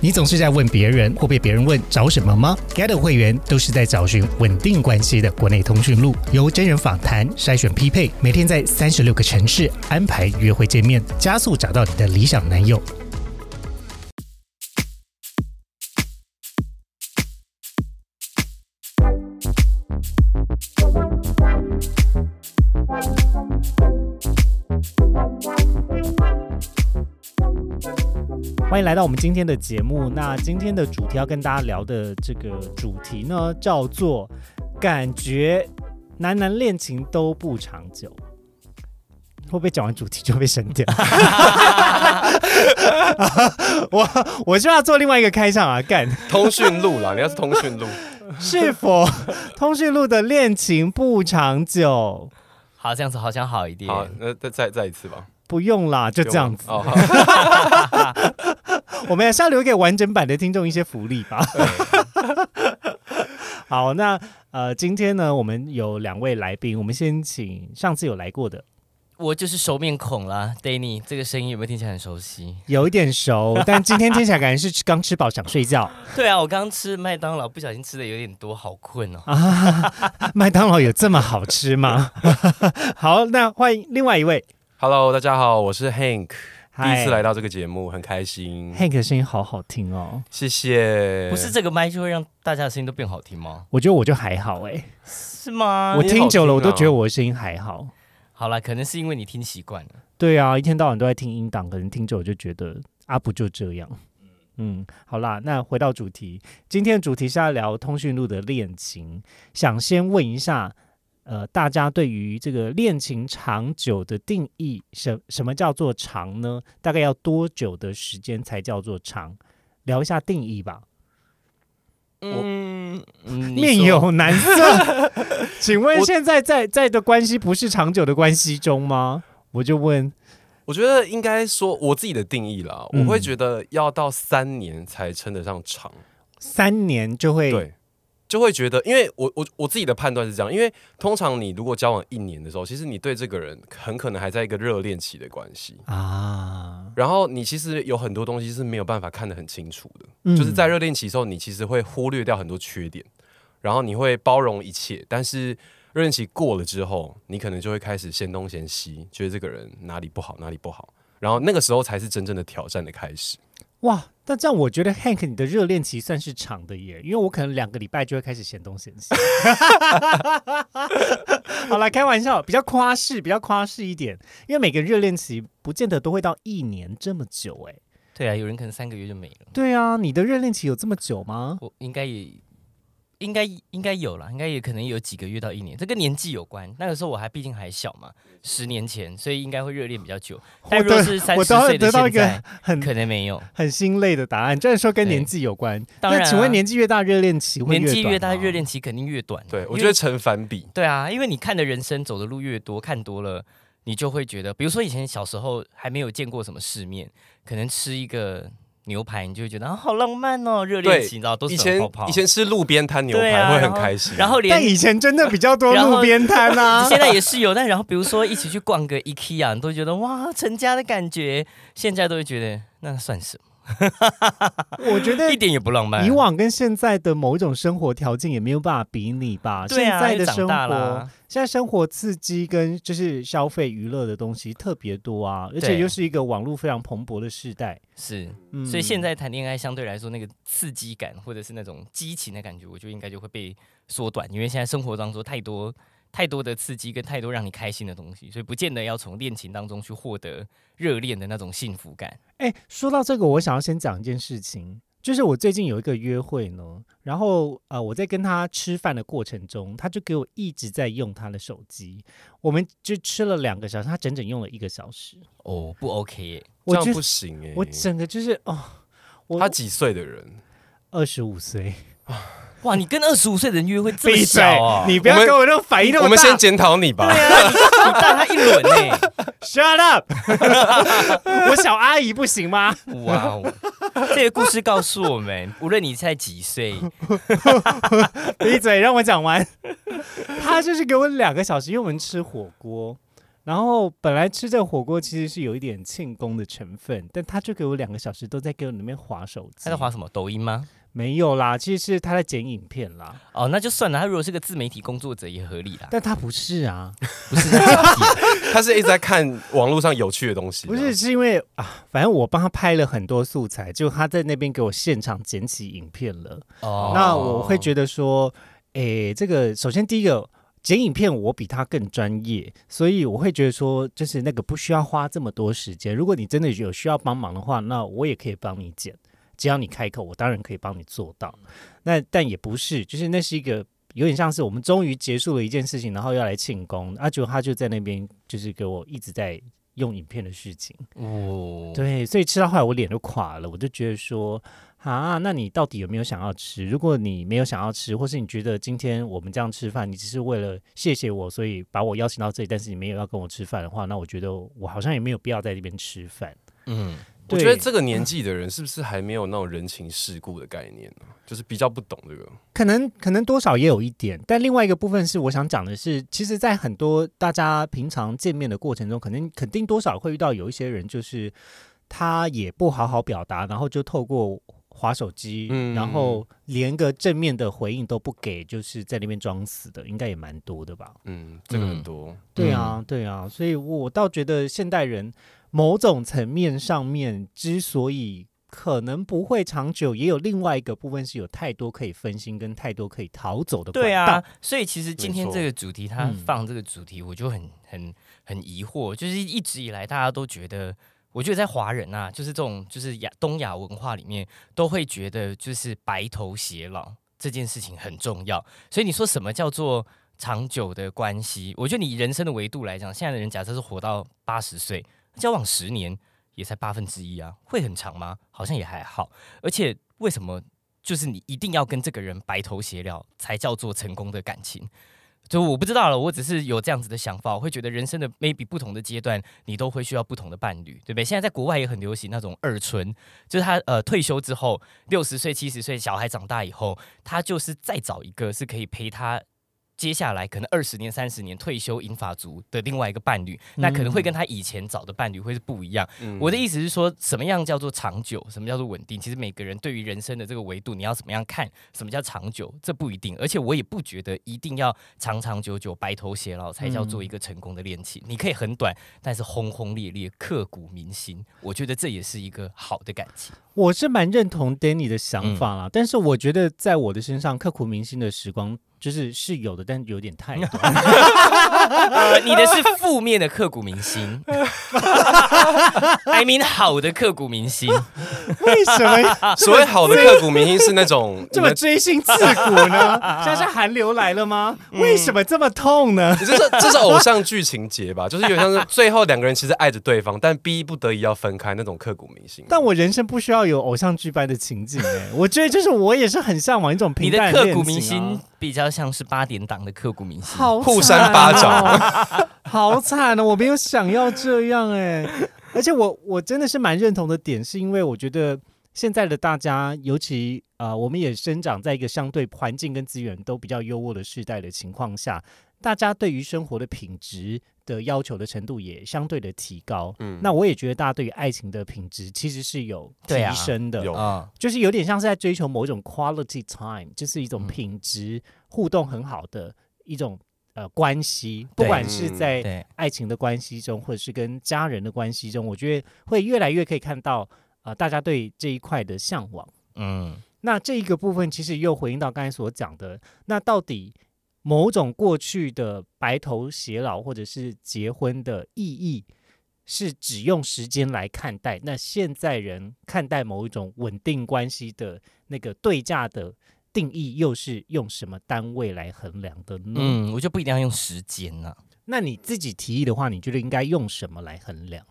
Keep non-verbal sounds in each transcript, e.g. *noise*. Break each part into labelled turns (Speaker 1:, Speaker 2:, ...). Speaker 1: 你总是在问别人或被别人问找什么吗？Get 会员都是在找寻稳定关系的国内通讯录，由真人访谈筛选匹配，每天在三十六个城市安排约会见面，加速找到你的理想男友。欢迎来到我们今天的节目。那今天的主题要跟大家聊的这个主题呢，叫做“感觉男男恋情都不长久”。会不会讲完主题就被删掉？ *laughs* 我我就要做另外一个开场啊！干，
Speaker 2: 通讯录啦，你要是通讯录，
Speaker 1: 是否通讯录的恋情不长久？
Speaker 3: 好，这样子好像好一点。
Speaker 2: 好，那再再再一次吧，
Speaker 1: 不用啦，就这样子。
Speaker 2: 哦，好
Speaker 1: *laughs* 我们还是要留给完整版的听众一些福利吧。 *laughs* 好，那呃，今天呢，我们有两位来宾，我们先请上次有来过的，
Speaker 3: 我就是熟面孔啦，Danny，这个声音有没有听起来很熟
Speaker 1: *laughs*
Speaker 3: 悉？
Speaker 1: 有一点熟，
Speaker 2: *laughs*
Speaker 1: 但今天听起来感觉是吃刚吃饱想睡觉 *laughs*
Speaker 3: 对啊，我刚吃麦当劳，不小心吃的有点多，好困哦。
Speaker 1: 啊。麦当劳有这么好吃吗？ *laughs* 好，那欢迎另外一位，
Speaker 2: Hello，大家好，我是 Hank，第一次来
Speaker 1: 到
Speaker 2: 到这个节目，很开心，
Speaker 1: Hank 的声音好好听哦，
Speaker 2: 谢谢。
Speaker 3: 不是这个麦就会让大家的声音都变好听吗？
Speaker 1: 我觉得我就还好哎，
Speaker 3: 是吗
Speaker 1: 我？听久了
Speaker 2: 好听啊
Speaker 1: 我都觉得我的声音还好。
Speaker 3: 好啦，可能是因为你听习惯了。
Speaker 1: 对啊，一天到晚都在听音档，可能听着我就觉得啊，不就这样。嗯，好啦，那回到主题，今天的主题是要聊通讯录的恋情，想先问一下，呃，大家对于这个恋情长久的定义，什什么叫做长呢？大概要多久的时间才叫做长？聊一下定义吧。
Speaker 3: 嗯，嗯
Speaker 1: 面
Speaker 3: 你说
Speaker 1: 有难色，请问
Speaker 2: 我
Speaker 1: 现在在在的关系不是长久的关系中吗？我就问，
Speaker 2: 我觉得应该说我自己的定义啦，
Speaker 1: 嗯
Speaker 2: 我会觉得要到三年才称得上长，
Speaker 1: 三年就会
Speaker 2: 对。就会觉得，因为我我我自己的判断是这样，因为通常你如果交往一年的时候，其实你对这个人很可能还在一个热恋期的关系，
Speaker 1: 啊，
Speaker 2: 然后你其实有很多东西是没有办法看得很清楚的，
Speaker 1: 嗯
Speaker 2: 就是在热恋期的时候，你其实会忽略掉很多缺点，然后你会包容一切。但是热恋期过了之后，你可能就会开始嫌东嫌西，觉得这个人哪里不好，哪里不好。然后那个时候才是真正的挑战的开始。
Speaker 1: 哇，那这样我觉得 Hank 你的热恋期算是长的耶，因为我可能两个礼拜就会开始嫌东
Speaker 3: *laughs*
Speaker 1: 嫌西。好啦，开玩笑，比较夸饰，比较夸饰一点，因为每个热恋期不见得都会到一年这么久哎。
Speaker 3: 对啊，有人可能三个月就没了。
Speaker 1: 对啊，你的热恋期有这么久吗？
Speaker 3: 我应该也应该应该有啦，应该也可能有几个月到一年，这跟年纪有关。那个时候我还毕竟还小嘛，十年前，所以应该会热恋比较久。但如果
Speaker 1: 得
Speaker 3: 是三
Speaker 1: 哦我
Speaker 3: 十
Speaker 1: 都要
Speaker 3: 岁的
Speaker 1: 得到一
Speaker 3: 现
Speaker 1: 个
Speaker 3: 在，
Speaker 1: 很
Speaker 3: 可能没有。
Speaker 1: 很心累的答案，居然说跟
Speaker 3: 对
Speaker 1: 年纪有关。
Speaker 3: 当然
Speaker 1: 那
Speaker 3: 啊
Speaker 1: 请问年纪越大，热恋期会
Speaker 3: 年纪
Speaker 1: 短
Speaker 3: 越
Speaker 1: 吗
Speaker 3: 大，热恋期肯定越短啊。
Speaker 2: 对我
Speaker 3: 因
Speaker 2: 觉得
Speaker 3: 为
Speaker 2: 成反比，
Speaker 3: 对啊，因为你看的人生走的路越多，看多了，你就会觉得，比如说以前小时候还没有见过什么世面，可能吃一个牛排，你就会觉得啊，好浪漫哦，热恋
Speaker 2: 对
Speaker 3: 期，你知道都
Speaker 2: 以
Speaker 3: 是
Speaker 2: 前
Speaker 3: 泡泡。
Speaker 2: 以前吃路边摊牛
Speaker 3: 对
Speaker 2: 排
Speaker 3: 啊
Speaker 2: 会
Speaker 3: 然
Speaker 2: 很
Speaker 3: 后
Speaker 2: 开心，
Speaker 3: 然后连
Speaker 1: 但以前真的比较多
Speaker 3: *laughs* 然后。
Speaker 1: 路边摊啊
Speaker 3: *laughs* 现在也是有，但然后比如说一起去逛个 IKEA，你都觉得哇成家的感觉，现在都会觉得那算什么，
Speaker 1: 我觉得
Speaker 3: 一点也不浪漫。啊
Speaker 1: 以往跟现在的某一种生活条件也没有办法比拟吧？
Speaker 3: 对啊，
Speaker 1: 现在
Speaker 3: 又
Speaker 1: 的
Speaker 3: 长
Speaker 1: 生
Speaker 3: 大
Speaker 1: 活
Speaker 3: 啦，，
Speaker 1: 现在生活刺激跟就是消费娱乐的东西特别多啊，而且
Speaker 3: 对
Speaker 1: 又是一个网络非常蓬勃的时代，
Speaker 3: 是，
Speaker 1: 嗯，
Speaker 3: 所以现在谈恋爱相对来说那个刺激感或者是那种激情的感觉，我觉得应该就会被缩短，因为现在生活当中太多太多的刺激跟太多让你开心的东西，所以不见得要从恋情当中去获得热恋的那种幸福感。
Speaker 1: 哎，说到这个，我想要先讲一件事情，就是我最近有一个约会呢，然后呃，我在跟他吃饭的过程中，他就给我一直在用他的手机，我们就吃了两个小时，他整整用了一个小时，
Speaker 3: 哦，不 OK 耶，
Speaker 2: 这
Speaker 1: 我
Speaker 2: 样
Speaker 1: 觉
Speaker 2: 不
Speaker 1: 得
Speaker 2: 行哎、
Speaker 1: 我整个就是哦，我
Speaker 2: 他几岁的人？
Speaker 1: 二十五岁。
Speaker 3: 哇，你跟二十五岁的人约会这么
Speaker 1: 闭嘴
Speaker 3: 小哦！！
Speaker 1: 啊你不要
Speaker 2: 我们
Speaker 1: 跟我这种反应那么大。
Speaker 2: 我们先检讨你
Speaker 1: *laughs*
Speaker 2: 吧。
Speaker 3: 你大他一轮呢，
Speaker 1: shut up，我小阿姨不行吗？ *laughs*
Speaker 3: 哇哦！这个故事告诉我们，无论你才几 *laughs* 岁，
Speaker 1: 闭嘴，让我讲完。他就是给我两个小时，因为我们吃火锅，然后本来吃这火锅其实是有一点庆功的成分，但他就给我两个小时都在给我那边划手机。
Speaker 3: 他在划什么？抖音吗？
Speaker 1: 没有啦，其实是他在剪影片啦，
Speaker 3: 哦，那就算了。他如果是个自媒体工作者也合理啦。
Speaker 1: 但他不是啊，
Speaker 3: 不是那 *laughs* 个体
Speaker 2: 他是一直在看网络上有趣的东西，
Speaker 1: 不是是因为啊，反正我帮他拍了很多素材，就他在那边给我现场剪起影片了。
Speaker 3: 哦
Speaker 1: 那我会觉得说，诶，这个首先第一个剪影片我比他更专业，所以我会觉得说，就是那个不需要花这么多时间。如果你真的有需要帮忙的话，那我也可以帮你剪，只要你开口，我当然可以帮你做到。那但也不是，就是那是一个。有点像是我们终于结束了一件事情，然后要来庆功，啊，就他就在那边就是给我一直在用影片的事情，
Speaker 3: 哦，
Speaker 1: 对，所以吃到后来我脸就垮了，我就觉得说，啊，那你到底有没有想要吃？如果你没有想要吃，或是你觉得今天我们这样吃饭，你只是为了谢谢我，所以把我邀请到这里，但是你没有要跟我吃饭的话，那我觉得我好像也没有必要在这边吃饭。
Speaker 3: 嗯，
Speaker 2: 我觉得
Speaker 1: 对
Speaker 2: 这个年纪的人是不是还没有那种人情世故的概念呢、就是比较不懂这个。
Speaker 1: 可能可能多少也有一点，但另外一个部分是我想讲的是，其实，在很多大家平常见面的过程中，可能肯定多少会遇到有一些人，就是他也不好好表达，然后就透过划手机，
Speaker 2: 嗯
Speaker 1: 然后连个正面的回应都不给，就是在那边装死的，应该也蛮多的吧？
Speaker 2: 嗯，这个很多。
Speaker 1: 对
Speaker 3: 嗯
Speaker 1: 啊，对啊，所以我倒觉得现代人某种层面上面之所以可能不会长久，也有另外一个部分是有太多可以分心跟太多可以逃走的管道。
Speaker 3: 对啊，，所以其实今
Speaker 2: 没
Speaker 3: 天
Speaker 2: 错
Speaker 3: 这个主题，他
Speaker 1: 嗯
Speaker 3: 放这个主题，我就很很很疑惑，就是一直以来大家都觉得，我觉得在华人啊，就是这种就是亚东亚文化里面，都会觉得就是白头偕老这件事情很重要，所以你说什么叫做？长久的关系，我觉得你人生的维度来讲，现在的人假设是活到八十岁，交往十年也才八分之一啊，会很长吗？好像也还好。而且为什么就是你一定要跟这个人白头偕老才叫做成功的感情？就我不知道了，我只是有这样子的想法，我会觉得人生的 maybe 不同的阶段，你都会需要不同的伴侣，对不对？现在在国外也很流行那种二春，就是他呃退休之后，六十岁、七十岁，小孩长大以后，他就是再找一个是可以陪他。接下来可能二十年、三十年退休银发族的另外一个伴侣，那可能会跟他以前找的伴侣会是不一样。
Speaker 2: 嗯
Speaker 3: 我的意思是说，什么样叫做长久，什么叫做稳定？其实每个人对于人生的这个维度，你要怎么样看，什么叫长久，这不一定。而且我也不觉得一定要长长久久、白头偕老才叫做一个成功的恋情。你可以很短，但是轰轰烈烈、刻骨铭心，我觉得这也是一个好的感情。
Speaker 1: 我是蛮认同 Danny 的
Speaker 3: 嗯
Speaker 1: 想法啦，但是我觉得在我的身上刻骨铭心的时光就是是有的，但有点太
Speaker 3: *laughs*
Speaker 1: 短。
Speaker 3: 呃，你的是负面的刻骨铭心，I mean 好的刻骨铭心。
Speaker 1: 为什么
Speaker 2: 啊所谓好的刻骨铭心是那种
Speaker 1: 这
Speaker 2: 你
Speaker 1: 么
Speaker 2: 们
Speaker 1: 锥心刺骨呢？
Speaker 3: *laughs*
Speaker 1: 像是寒流来了吗？
Speaker 3: 嗯
Speaker 1: 为什么这么痛呢？
Speaker 2: 这是这是偶像剧情节吧？ *laughs* 就是有点像是最后两个人其实爱着对方，但逼不得已要分开那种刻骨铭心。
Speaker 1: 但我人生不需要有偶像剧般的情景哎、我觉得就是我也是很向往一种
Speaker 3: 你
Speaker 1: 平
Speaker 3: 的
Speaker 1: 淡
Speaker 3: 刻
Speaker 1: 恋
Speaker 3: 骨
Speaker 1: 情
Speaker 3: 铭心
Speaker 1: 啊，
Speaker 3: 比较像是八点档的刻骨铭心。
Speaker 1: 好
Speaker 2: 互
Speaker 1: 惨
Speaker 2: 扇巴
Speaker 1: 哦
Speaker 2: 掌，
Speaker 1: *laughs* 好惨哦！我没有想要这样哎、而且我我真的是蛮认同的点，是因为我觉得现在的大家，尤其啊、呃我们也生长在一个相对环境跟资源都比较优渥的时代的情况下，大家对于生活的品质的要求的程度也相对的提高。
Speaker 2: 嗯
Speaker 1: 那我也觉得大家对于爱情的品质其实是有提
Speaker 3: 对啊
Speaker 1: 升的，
Speaker 2: 有
Speaker 3: 啊、
Speaker 1: 就是有点像是在追求某一种 quality time，就是一种
Speaker 3: 嗯
Speaker 1: 品质互动很好的一种呃关系，不
Speaker 3: 对
Speaker 1: 管是
Speaker 2: 嗯
Speaker 1: 在
Speaker 3: 对。
Speaker 1: 爱情的关系中，或者是跟家人的关系中，我觉得会越来越可以看到啊、呃大家对这一块的向往。
Speaker 3: 嗯，
Speaker 1: 那这一个部分其实又回应到刚才所讲的，那到底某种过去的白头偕老或者是结婚的意义，是只用时间来看待？那现在人看待某一种稳定关系的那个对价的定义，又是用什么单位来衡量的呢？
Speaker 3: 嗯，我就不一定要用时间呐、
Speaker 1: 那你自己提议的话，你觉得应该用什么来衡量？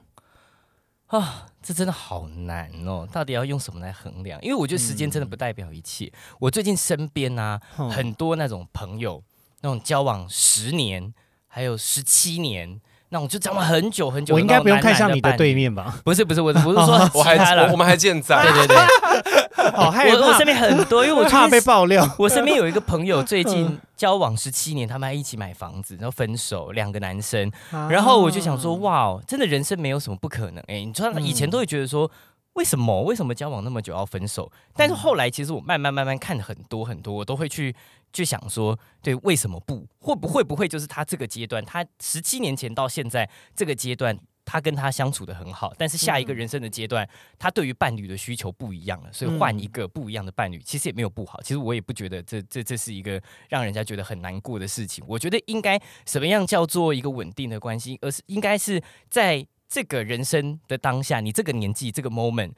Speaker 3: 啊。这真的好难哦！到底要用什么来衡量？因为我觉得时间真的
Speaker 1: 嗯
Speaker 3: 不代表一切。我最近身边啊，
Speaker 1: 哼
Speaker 3: 很多那种朋友，那种交往十年，还有十七年，那种就交往很久很久。
Speaker 1: 我应该不用看
Speaker 3: 向 *laughs*
Speaker 1: 向你的对，面吧？哦
Speaker 3: 不是不是，我不是说
Speaker 2: 我还
Speaker 3: 其他
Speaker 2: 我
Speaker 3: 了
Speaker 2: 我。们还健在，
Speaker 3: 对对对，
Speaker 1: 好害
Speaker 3: 我我
Speaker 1: 哦怕
Speaker 3: 身，边很
Speaker 1: *laughs*
Speaker 3: 多，因为我最
Speaker 1: 怕被
Speaker 3: 近
Speaker 1: 爆料。
Speaker 3: 我身边有一个朋友，最近交往十七年，他们还一起买房子，然后分手，两个男生。 *laughs*
Speaker 1: 啊
Speaker 3: 然后我就想说，哇哦，真的人生没有什么不可能哎、你知道以前
Speaker 1: 嗯
Speaker 3: 都会觉得说。为什么？为什么交往那么久要分手？但是后来，其实我慢慢慢慢看很多很多，我都会去去想说，对，为什么不？会不会不会就是他这个阶段，他十七年前到现在这个阶段，他跟他相处的很好，但是下一个人生的阶段，他对于伴侣的需求不一样
Speaker 1: 嗯
Speaker 3: 了，所以换一个不一样的伴侣，其实也没有不好。其实我也不觉得这这这是一个让人家觉得很难过的事情。我觉得应该什么样叫做一个稳定的关系，而是应该是在这个人生的当下，你这个年纪这个 moment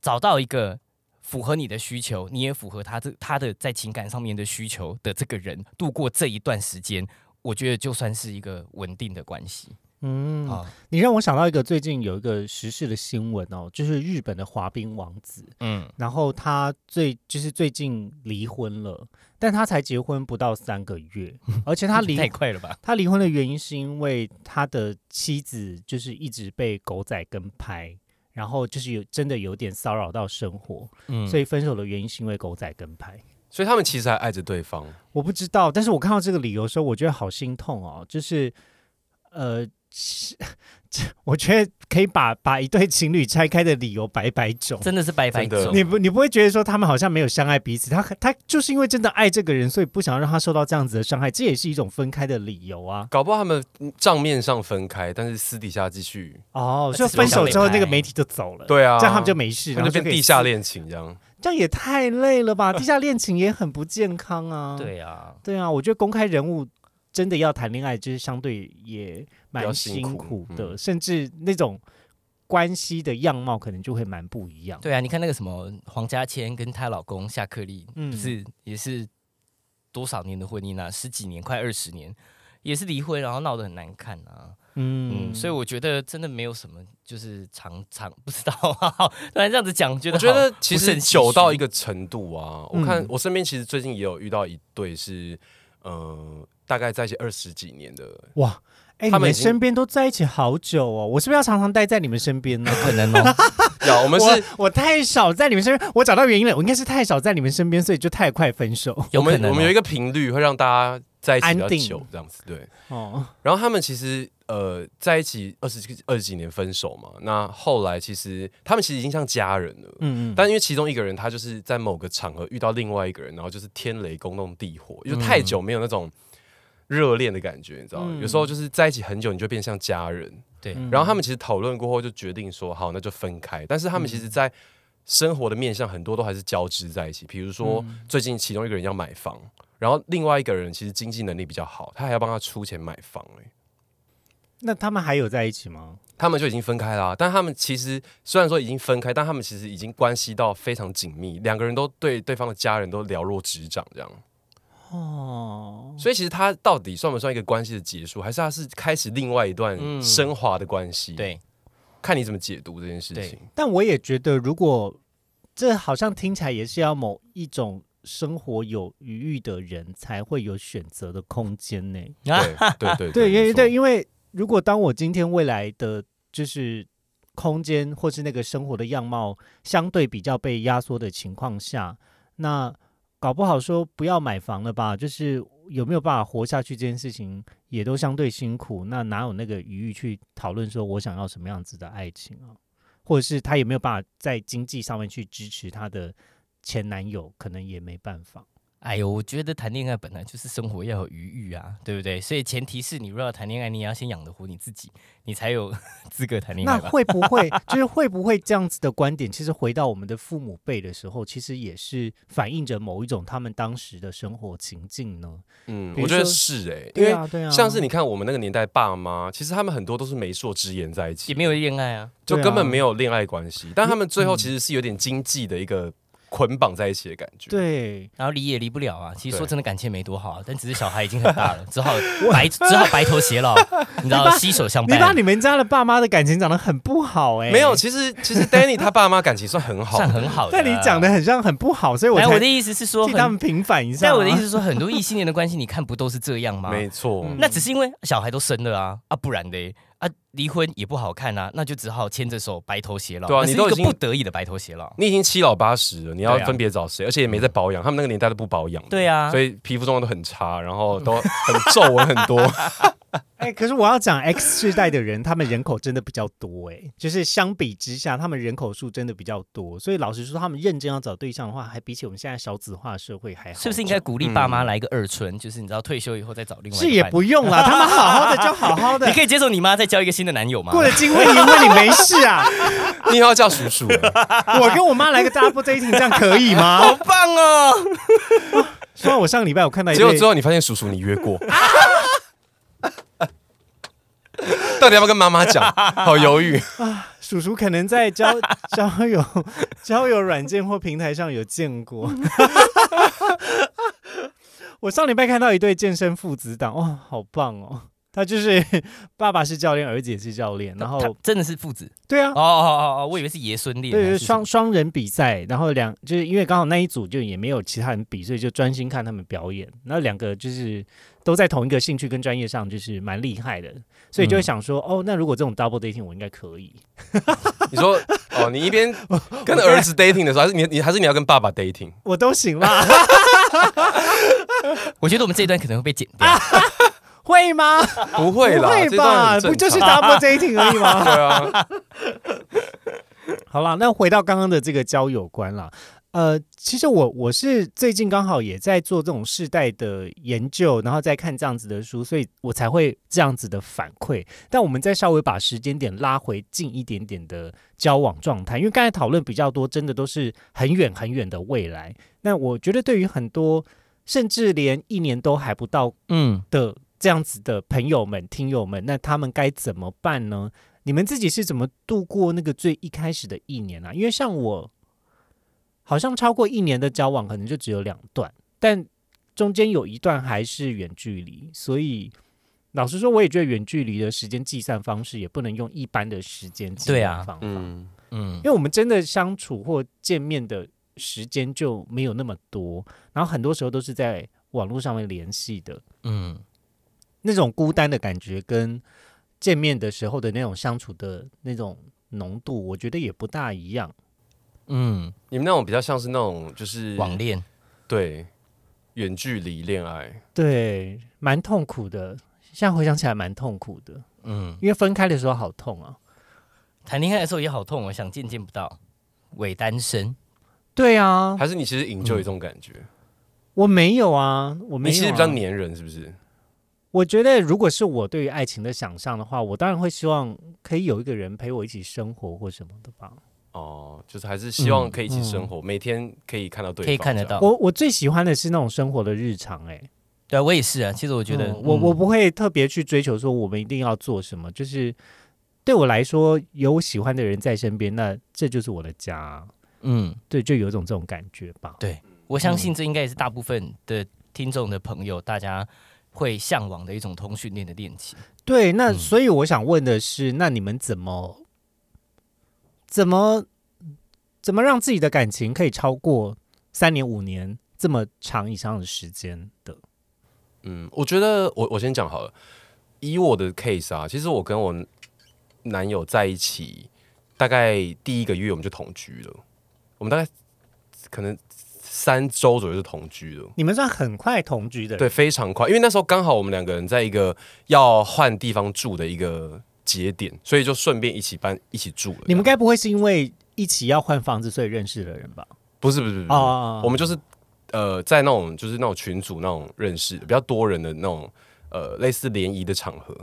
Speaker 3: 找到一个。符合你的需求，你也符合他这他的在情感上面的需求的这个人，度过这一段时间，我觉得就算是一个稳定的关系
Speaker 1: 嗯，
Speaker 3: 啊。
Speaker 1: 你让我想到一个最近有一个时事的新闻哦，就是日本的滑冰王子，
Speaker 3: 嗯，
Speaker 1: 然后他最就是最近离婚了，但他才结婚不到三个月，而且他离
Speaker 3: *laughs* 太快了吧？
Speaker 1: 他离婚的原因是因为他的妻子就是一直被狗仔跟拍，然后就是有真的有点骚扰到生活，
Speaker 3: 嗯
Speaker 1: 所以分手的原因是因为狗仔跟拍。
Speaker 2: *laughs* 所以他们其实还爱着对方。
Speaker 1: 我不知道，但是我看到这个理由的时候，我觉得好心痛哦，就是呃。是我觉得可以把把一对情侣拆开的理由百百种，
Speaker 3: 真的是白白
Speaker 2: 真的
Speaker 3: 走。
Speaker 1: 你不你不会觉得说他们好像没有相爱彼此，他他就是因为真的爱这个人，所以不想让他受到这样子的伤害，这也是一种分开的理由啊。
Speaker 2: 搞不好他们账面上分开，但是私底下继续。
Speaker 1: 哦，
Speaker 3: 呃
Speaker 1: 所以
Speaker 3: 至少
Speaker 1: 分手之后
Speaker 3: 两个
Speaker 1: 那个
Speaker 3: 拍
Speaker 1: 媒体就走了，、
Speaker 2: 对啊，
Speaker 1: 这样他们就没事，
Speaker 2: 他
Speaker 1: 然后
Speaker 2: 们就
Speaker 1: 就
Speaker 2: 变
Speaker 1: 可以
Speaker 2: 地下，恋情这样。
Speaker 1: 这样也太累了吧？地下恋情也很不健康
Speaker 2: *laughs*
Speaker 1: 啊。
Speaker 3: 对啊，
Speaker 1: 对啊，我觉得公开人物真的要谈恋爱，就是相对也蛮
Speaker 2: 较辛苦
Speaker 1: 苦
Speaker 2: 嗯
Speaker 1: 的，甚至那种关系的样貌可能就会蛮不一样。
Speaker 3: 对啊，你看那个什么黄家千跟她老公夏克立，
Speaker 1: 嗯
Speaker 3: 不是也是多少年的婚姻啊？十几年，快二十年，也是离婚，然后闹得很难看啊。嗯，
Speaker 1: 嗯，
Speaker 3: 所以我觉得真的没有什么，就是常常不知道啊。突然这样子讲，觉得
Speaker 2: 我觉得
Speaker 3: 好
Speaker 2: 其
Speaker 3: 不
Speaker 2: 实
Speaker 3: 胜唏嘘
Speaker 2: 久到一个程度啊，
Speaker 1: 嗯
Speaker 2: 我看我身边其实最近也有遇到一对是，呃，大概在一起二十几年的，
Speaker 1: 哇。哎、
Speaker 2: 他
Speaker 1: 你
Speaker 2: 们
Speaker 1: 们
Speaker 2: 已经
Speaker 1: 身边都在一起好久哦，我是不是要常常待在你们身边呢？
Speaker 3: 可能哦，
Speaker 2: *laughs* 有我们是
Speaker 1: 我我太少在你们身边，我找到原因了，我应该是太少在你们身边，所以就太快分
Speaker 2: *laughs*
Speaker 1: 手。
Speaker 3: 有
Speaker 2: 我
Speaker 3: 可
Speaker 2: 们
Speaker 3: 能哦
Speaker 2: 我们有一个频率会让大家在一起比
Speaker 1: 安
Speaker 2: 较
Speaker 1: 定
Speaker 2: 久这样子，对。
Speaker 1: 哦，
Speaker 2: 然后他们其实呃在一起二十几二十几年分手嘛，那后来其实他们其实已经像家人了。
Speaker 1: 嗯嗯，
Speaker 2: 但因为其中一个人他就是在某个场合遇到另外一个人，然后就是天雷公动地火，就太久没有那种热恋的感觉，你知道吗？
Speaker 1: 嗯
Speaker 2: 有时候就是在一起很久，你就变像家人。
Speaker 3: 对，
Speaker 1: 嗯
Speaker 2: 然后他们其实讨论过后就决定说，好，那就分开。但是他们其实，
Speaker 3: 嗯
Speaker 2: 在生活的面向很多都还是交织在一起。比如说，
Speaker 3: 嗯
Speaker 2: 最近其中一个人要买房，然后另外一个人其实经济能力比较好，他还要帮他出钱买房、欸。
Speaker 1: 那他们还有在一起吗？
Speaker 2: 他们就已经分开啦、但他们其实虽然说已经分开，但他们其实已经关系到非常紧密，两个人都对对方的家人都了若指掌，这样。
Speaker 1: 哦，
Speaker 2: 所以其实他到底算不算一个关系的结束，还是他是开始另外一段
Speaker 3: 嗯
Speaker 2: 升华的关系？，
Speaker 3: 对，
Speaker 2: 看你怎么解读这件事情
Speaker 3: 对。
Speaker 1: 但我也觉得，如果这好像听起来也是要某一种生活有余裕的人才会有选择的空间呢。
Speaker 2: *laughs* 对对对
Speaker 1: 对，因
Speaker 2: 没
Speaker 1: 为
Speaker 2: 错
Speaker 1: 对，因为如果当我今天未来的就是空间或是那个生活的样貌相对比较被压缩的情况下，那搞不好说不要买房了吧，就是有没有办法活下去这件事情也都相对辛苦，那哪有那个余裕去讨论说我想要什么样子的爱情啊？或者是他也没有办法在经济上面去支持他的前男友，可能也没办法。
Speaker 3: 哎呦，我觉得谈恋爱本来就是生活要有余裕啊，对不对？所以前提是你如果要谈恋爱，你也要先养得活你自己，你才有 *laughs* 资格谈恋
Speaker 1: 那
Speaker 3: 爱吧？
Speaker 1: 会不会
Speaker 3: *laughs*
Speaker 1: 就是会不会这样子的观点？其实回到我们的父母辈的时候，其实也是反映着某一种他们当时的生活情境呢。
Speaker 2: 嗯，
Speaker 1: 比如
Speaker 2: 我觉得
Speaker 1: 说
Speaker 2: 是哎、因
Speaker 1: 对
Speaker 2: 为
Speaker 1: 啊，对啊，
Speaker 2: 像是你看我们那个年代，爸妈其实他们很多都是媒妁之言在一起
Speaker 3: 也，没有恋爱啊，
Speaker 2: 就
Speaker 1: 对啊嗯
Speaker 2: 根本没有恋爱关系，但他们最后其实是有点经济的一个捆绑在一起的感
Speaker 3: 嗯
Speaker 2: 觉。，
Speaker 1: 对，
Speaker 3: 然后离也离不了啊。其实
Speaker 2: 对
Speaker 3: 说真的，感情没多好、啊，但只是小孩已经很大 *laughs* 了，只好白只好白头偕老，你知道，携手相
Speaker 1: 你把
Speaker 3: 伴，
Speaker 1: 你们家的爸妈的感情讲得很不好哎、
Speaker 2: 没有，，其实其实 Danny 他爸妈感情
Speaker 1: *laughs*
Speaker 2: 算很好
Speaker 3: 算
Speaker 2: 的，
Speaker 3: 很好的、啊。
Speaker 1: 但你讲的，很像很不好，所以我
Speaker 3: 哎，
Speaker 1: 才
Speaker 3: 我的意思是说
Speaker 1: 替他
Speaker 3: 很，
Speaker 1: 们平反一下、啊
Speaker 3: 但我的意思，是说，很多异性恋的关系，你看不都是这样吗？
Speaker 2: 没错。
Speaker 1: 嗯
Speaker 3: 那只是因为小孩都生了啊啊，不然的啊，离婚也不好看啊，那就只好牵着手白头偕老。
Speaker 2: 对啊
Speaker 3: 那是
Speaker 2: 你都
Speaker 3: 一
Speaker 2: 已
Speaker 3: 个
Speaker 2: 经
Speaker 3: 不得已的白头偕老。
Speaker 2: 你已经七老八十了，你要
Speaker 3: 对啊
Speaker 2: 分别找谁？而且也没在保养，他们那个年代都不保养，
Speaker 3: 对啊，
Speaker 2: 所以皮肤状况都很差，然后都很皱纹很
Speaker 1: *laughs*
Speaker 2: 多。
Speaker 1: 哎、可是我要讲 X 世代的人，他们人口真的比较多、哎，就是相比之下，他们人口数真的比较多，所以老实说，他们认真要找对象的话，还比起我们现在少子化社会还好。
Speaker 3: 是不是应该？鼓励爸妈来一个二春？就是你知道退休以后再找另外一个
Speaker 1: 是也
Speaker 3: 伴侣
Speaker 1: 不用啦，他们好好的就好好的
Speaker 3: 你，可以接受你妈再交一个新的男友吗？
Speaker 1: 过了 *laughs* 金婚银婚，你没事啊？
Speaker 2: 你以后要叫叔叔了，
Speaker 1: 我跟我妈来个 double dating，这样可以
Speaker 3: 好
Speaker 1: 吗？ *laughs*
Speaker 3: 棒哦！
Speaker 1: 虽然我上个礼拜我看到一
Speaker 2: 结果
Speaker 1: 哎对
Speaker 2: 之后你发现叔叔你约过， *laughs* 到底要不要跟妈妈讲？好犹豫。
Speaker 1: 叔叔，可能在 *laughs* 交交友交友软件或平台上有见 *laughs* 过。我上礼拜看到一对健身父子档，哇，好棒哦！他就是爸爸是教练，儿子也是教练，然
Speaker 3: 他
Speaker 1: 后
Speaker 3: 真的是父子
Speaker 1: 对啊
Speaker 3: 哦，哦哦哦，我以为是爷孙恋，
Speaker 1: 对，就
Speaker 3: 还
Speaker 1: 是
Speaker 3: 是什
Speaker 1: 双
Speaker 3: 么
Speaker 1: 双人比赛，然后两就是因为刚好那一组就也没有其他人比，所以就专心看他们表演。那两个就是都在同一个兴趣跟专业上，就是蛮厉害的，所以就会
Speaker 3: 嗯
Speaker 1: 想说，哦，那如果这种 double dating 我应该可以。
Speaker 2: 你说哦，你一边跟儿子 dating 的时候，还是你你还是你要跟爸爸 dating？
Speaker 1: *laughs* 我都行啦，
Speaker 3: 我觉得我们这一段可能会被剪掉。
Speaker 1: 啊会吗？
Speaker 2: 不会
Speaker 1: 不
Speaker 2: 啦，
Speaker 1: 会
Speaker 2: 这段
Speaker 1: 吧？
Speaker 2: 很正
Speaker 1: 不就是
Speaker 2: 常
Speaker 1: double
Speaker 2: *laughs*
Speaker 1: dating 而已吗？
Speaker 2: 对啊，
Speaker 1: 好啦，那回到刚刚的这个交友观啦。呃，其实我我是最近刚好也在做这种世代的研究，然后再看这样子的书，所以我才会这样子的反馈。但我们再稍微把时间点拉回近一点点的交往状态，因为刚才讨论比较多，真的都是很远很远的未来。那我觉得对于很多甚至连一年都还不到
Speaker 3: 嗯，
Speaker 1: 的这样子的朋友们、听友们，那他们该怎么办呢？你们自己是怎么度过那个最一开始的一年啊？因为像我，好像超过一年的交往，可能就只有两段，但中间有一段还是远距离，所以老实说，我也觉得远距离的时间计算方式也不能用一般的时间计
Speaker 3: 对
Speaker 1: 算
Speaker 3: 啊
Speaker 1: 方法，
Speaker 2: 嗯，
Speaker 3: 嗯
Speaker 1: 因，为我们真的相处或见面的时间就没有那么多，然后很多时候都是在网络上面联系的，
Speaker 3: 嗯，
Speaker 1: 那种孤单的感觉跟见面的时候的那种相处的那种浓度，我觉得也不大一样。
Speaker 3: 嗯，
Speaker 2: 你们那种比较像是那种就是
Speaker 3: 网恋，
Speaker 2: 对远距离恋爱，
Speaker 1: 对，蛮痛苦的。现在回想起来蛮痛苦的，
Speaker 3: 嗯，
Speaker 1: 因为分开的时候好痛啊。
Speaker 3: 谈恋爱的时候也好痛哦，想见见不到，伪单身，
Speaker 1: 对啊，
Speaker 2: 还是你其实营救这种感觉？
Speaker 1: 我没有啊，我嗯没
Speaker 2: 你
Speaker 1: 有、啊。
Speaker 2: 其实比较粘人，是不是？
Speaker 1: 我觉得，如果是我对于爱情的想象的话，我当然会希望可以有一个人陪我一起生活或什么的吧。
Speaker 2: 哦，就是还是希望可以一起生
Speaker 1: 嗯
Speaker 2: 活，每天可以看到对方，
Speaker 3: 可以看得
Speaker 2: 这样。
Speaker 3: 到。
Speaker 1: 我我最喜欢的是那种生活的日常、欸，
Speaker 3: 对啊，我也是啊。其实我觉得，
Speaker 1: 嗯我我
Speaker 3: 嗯
Speaker 1: 不会特别去追求说我们一定要做什么，就是对我来说有喜欢的人在身边，那这就是我的家，
Speaker 3: 嗯，
Speaker 1: 对，就有一种这种感觉吧。
Speaker 3: 对我相
Speaker 1: 嗯
Speaker 3: 信这应该也是大部分的听众的朋友，大家会向往的一种通讯恋的恋情。
Speaker 1: 对，那
Speaker 3: 嗯
Speaker 1: 所以我想问的是，那你们怎么怎么怎么让自己的感情可以超过三年五年这么长以上的时间的？
Speaker 2: 嗯，我觉得我我先讲好了。以我的 case 啊，其实我跟我男友在一起，大概第一个月我们就同居了，我们大概可能三周左右就同居了。
Speaker 1: 你们算很快同居的人，
Speaker 2: 对，非常快，因为那时候刚好我们两个人在一个要换地方住的一个节点，所以就顺便一起搬一起住了。
Speaker 1: 你们该不会是因为一起要换房子所以认识的人吧？
Speaker 2: 不是不是不是，
Speaker 1: 哦
Speaker 2: 我们就是呃在那种就是那种群组那种认识的比较多人的那种呃类似联谊的场合，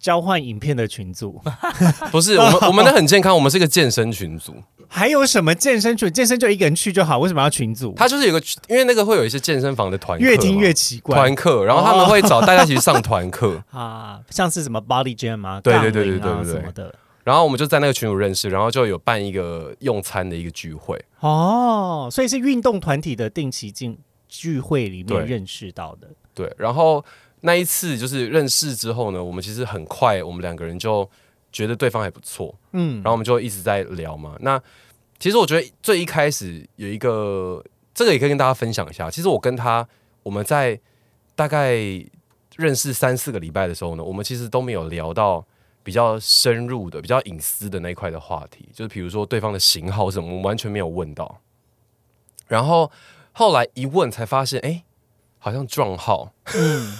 Speaker 1: 交换影片的群组。
Speaker 2: *laughs* 不是我们我们的很健康，我们是一个健身
Speaker 1: *laughs*
Speaker 2: 群组，
Speaker 1: 还有什么健身群？健身就一个人去就好，为什么要群组？
Speaker 2: 它就是有个因为那个会有一些健身房的团课嘛，
Speaker 1: 越听越奇怪
Speaker 2: 团课，然后他们会找大家一起去上团
Speaker 1: *laughs*
Speaker 2: 课，
Speaker 1: 啊，像是什么 body gym 啊、
Speaker 2: 对
Speaker 1: 杠
Speaker 2: 对对对
Speaker 1: 铃啊
Speaker 2: 对对
Speaker 1: 什
Speaker 2: 对
Speaker 1: 么的。
Speaker 2: 然后我们就在那个群组认识，然后就有办一个用餐的一个聚会，
Speaker 1: 哦，所以是运动团体的定期进聚会里面
Speaker 2: 对
Speaker 1: 认识到的。
Speaker 2: 对，然后那一次就是认识之后呢，我们其实很快，我们两个人就觉得对方还不错，
Speaker 1: 嗯
Speaker 2: 然后我们就一直在聊嘛。那其实我觉得最一开始有一个，这个也可以跟大家分享一下。其实我跟他，我们在大概认识三四个礼拜的时候呢，我们其实都没有聊到比较深入的、比较隐私的那一块的话题，就是比如说对方的型号是什么，我们完全没有问到。然后后来一问才发现，哎、好像撞号。
Speaker 1: 嗯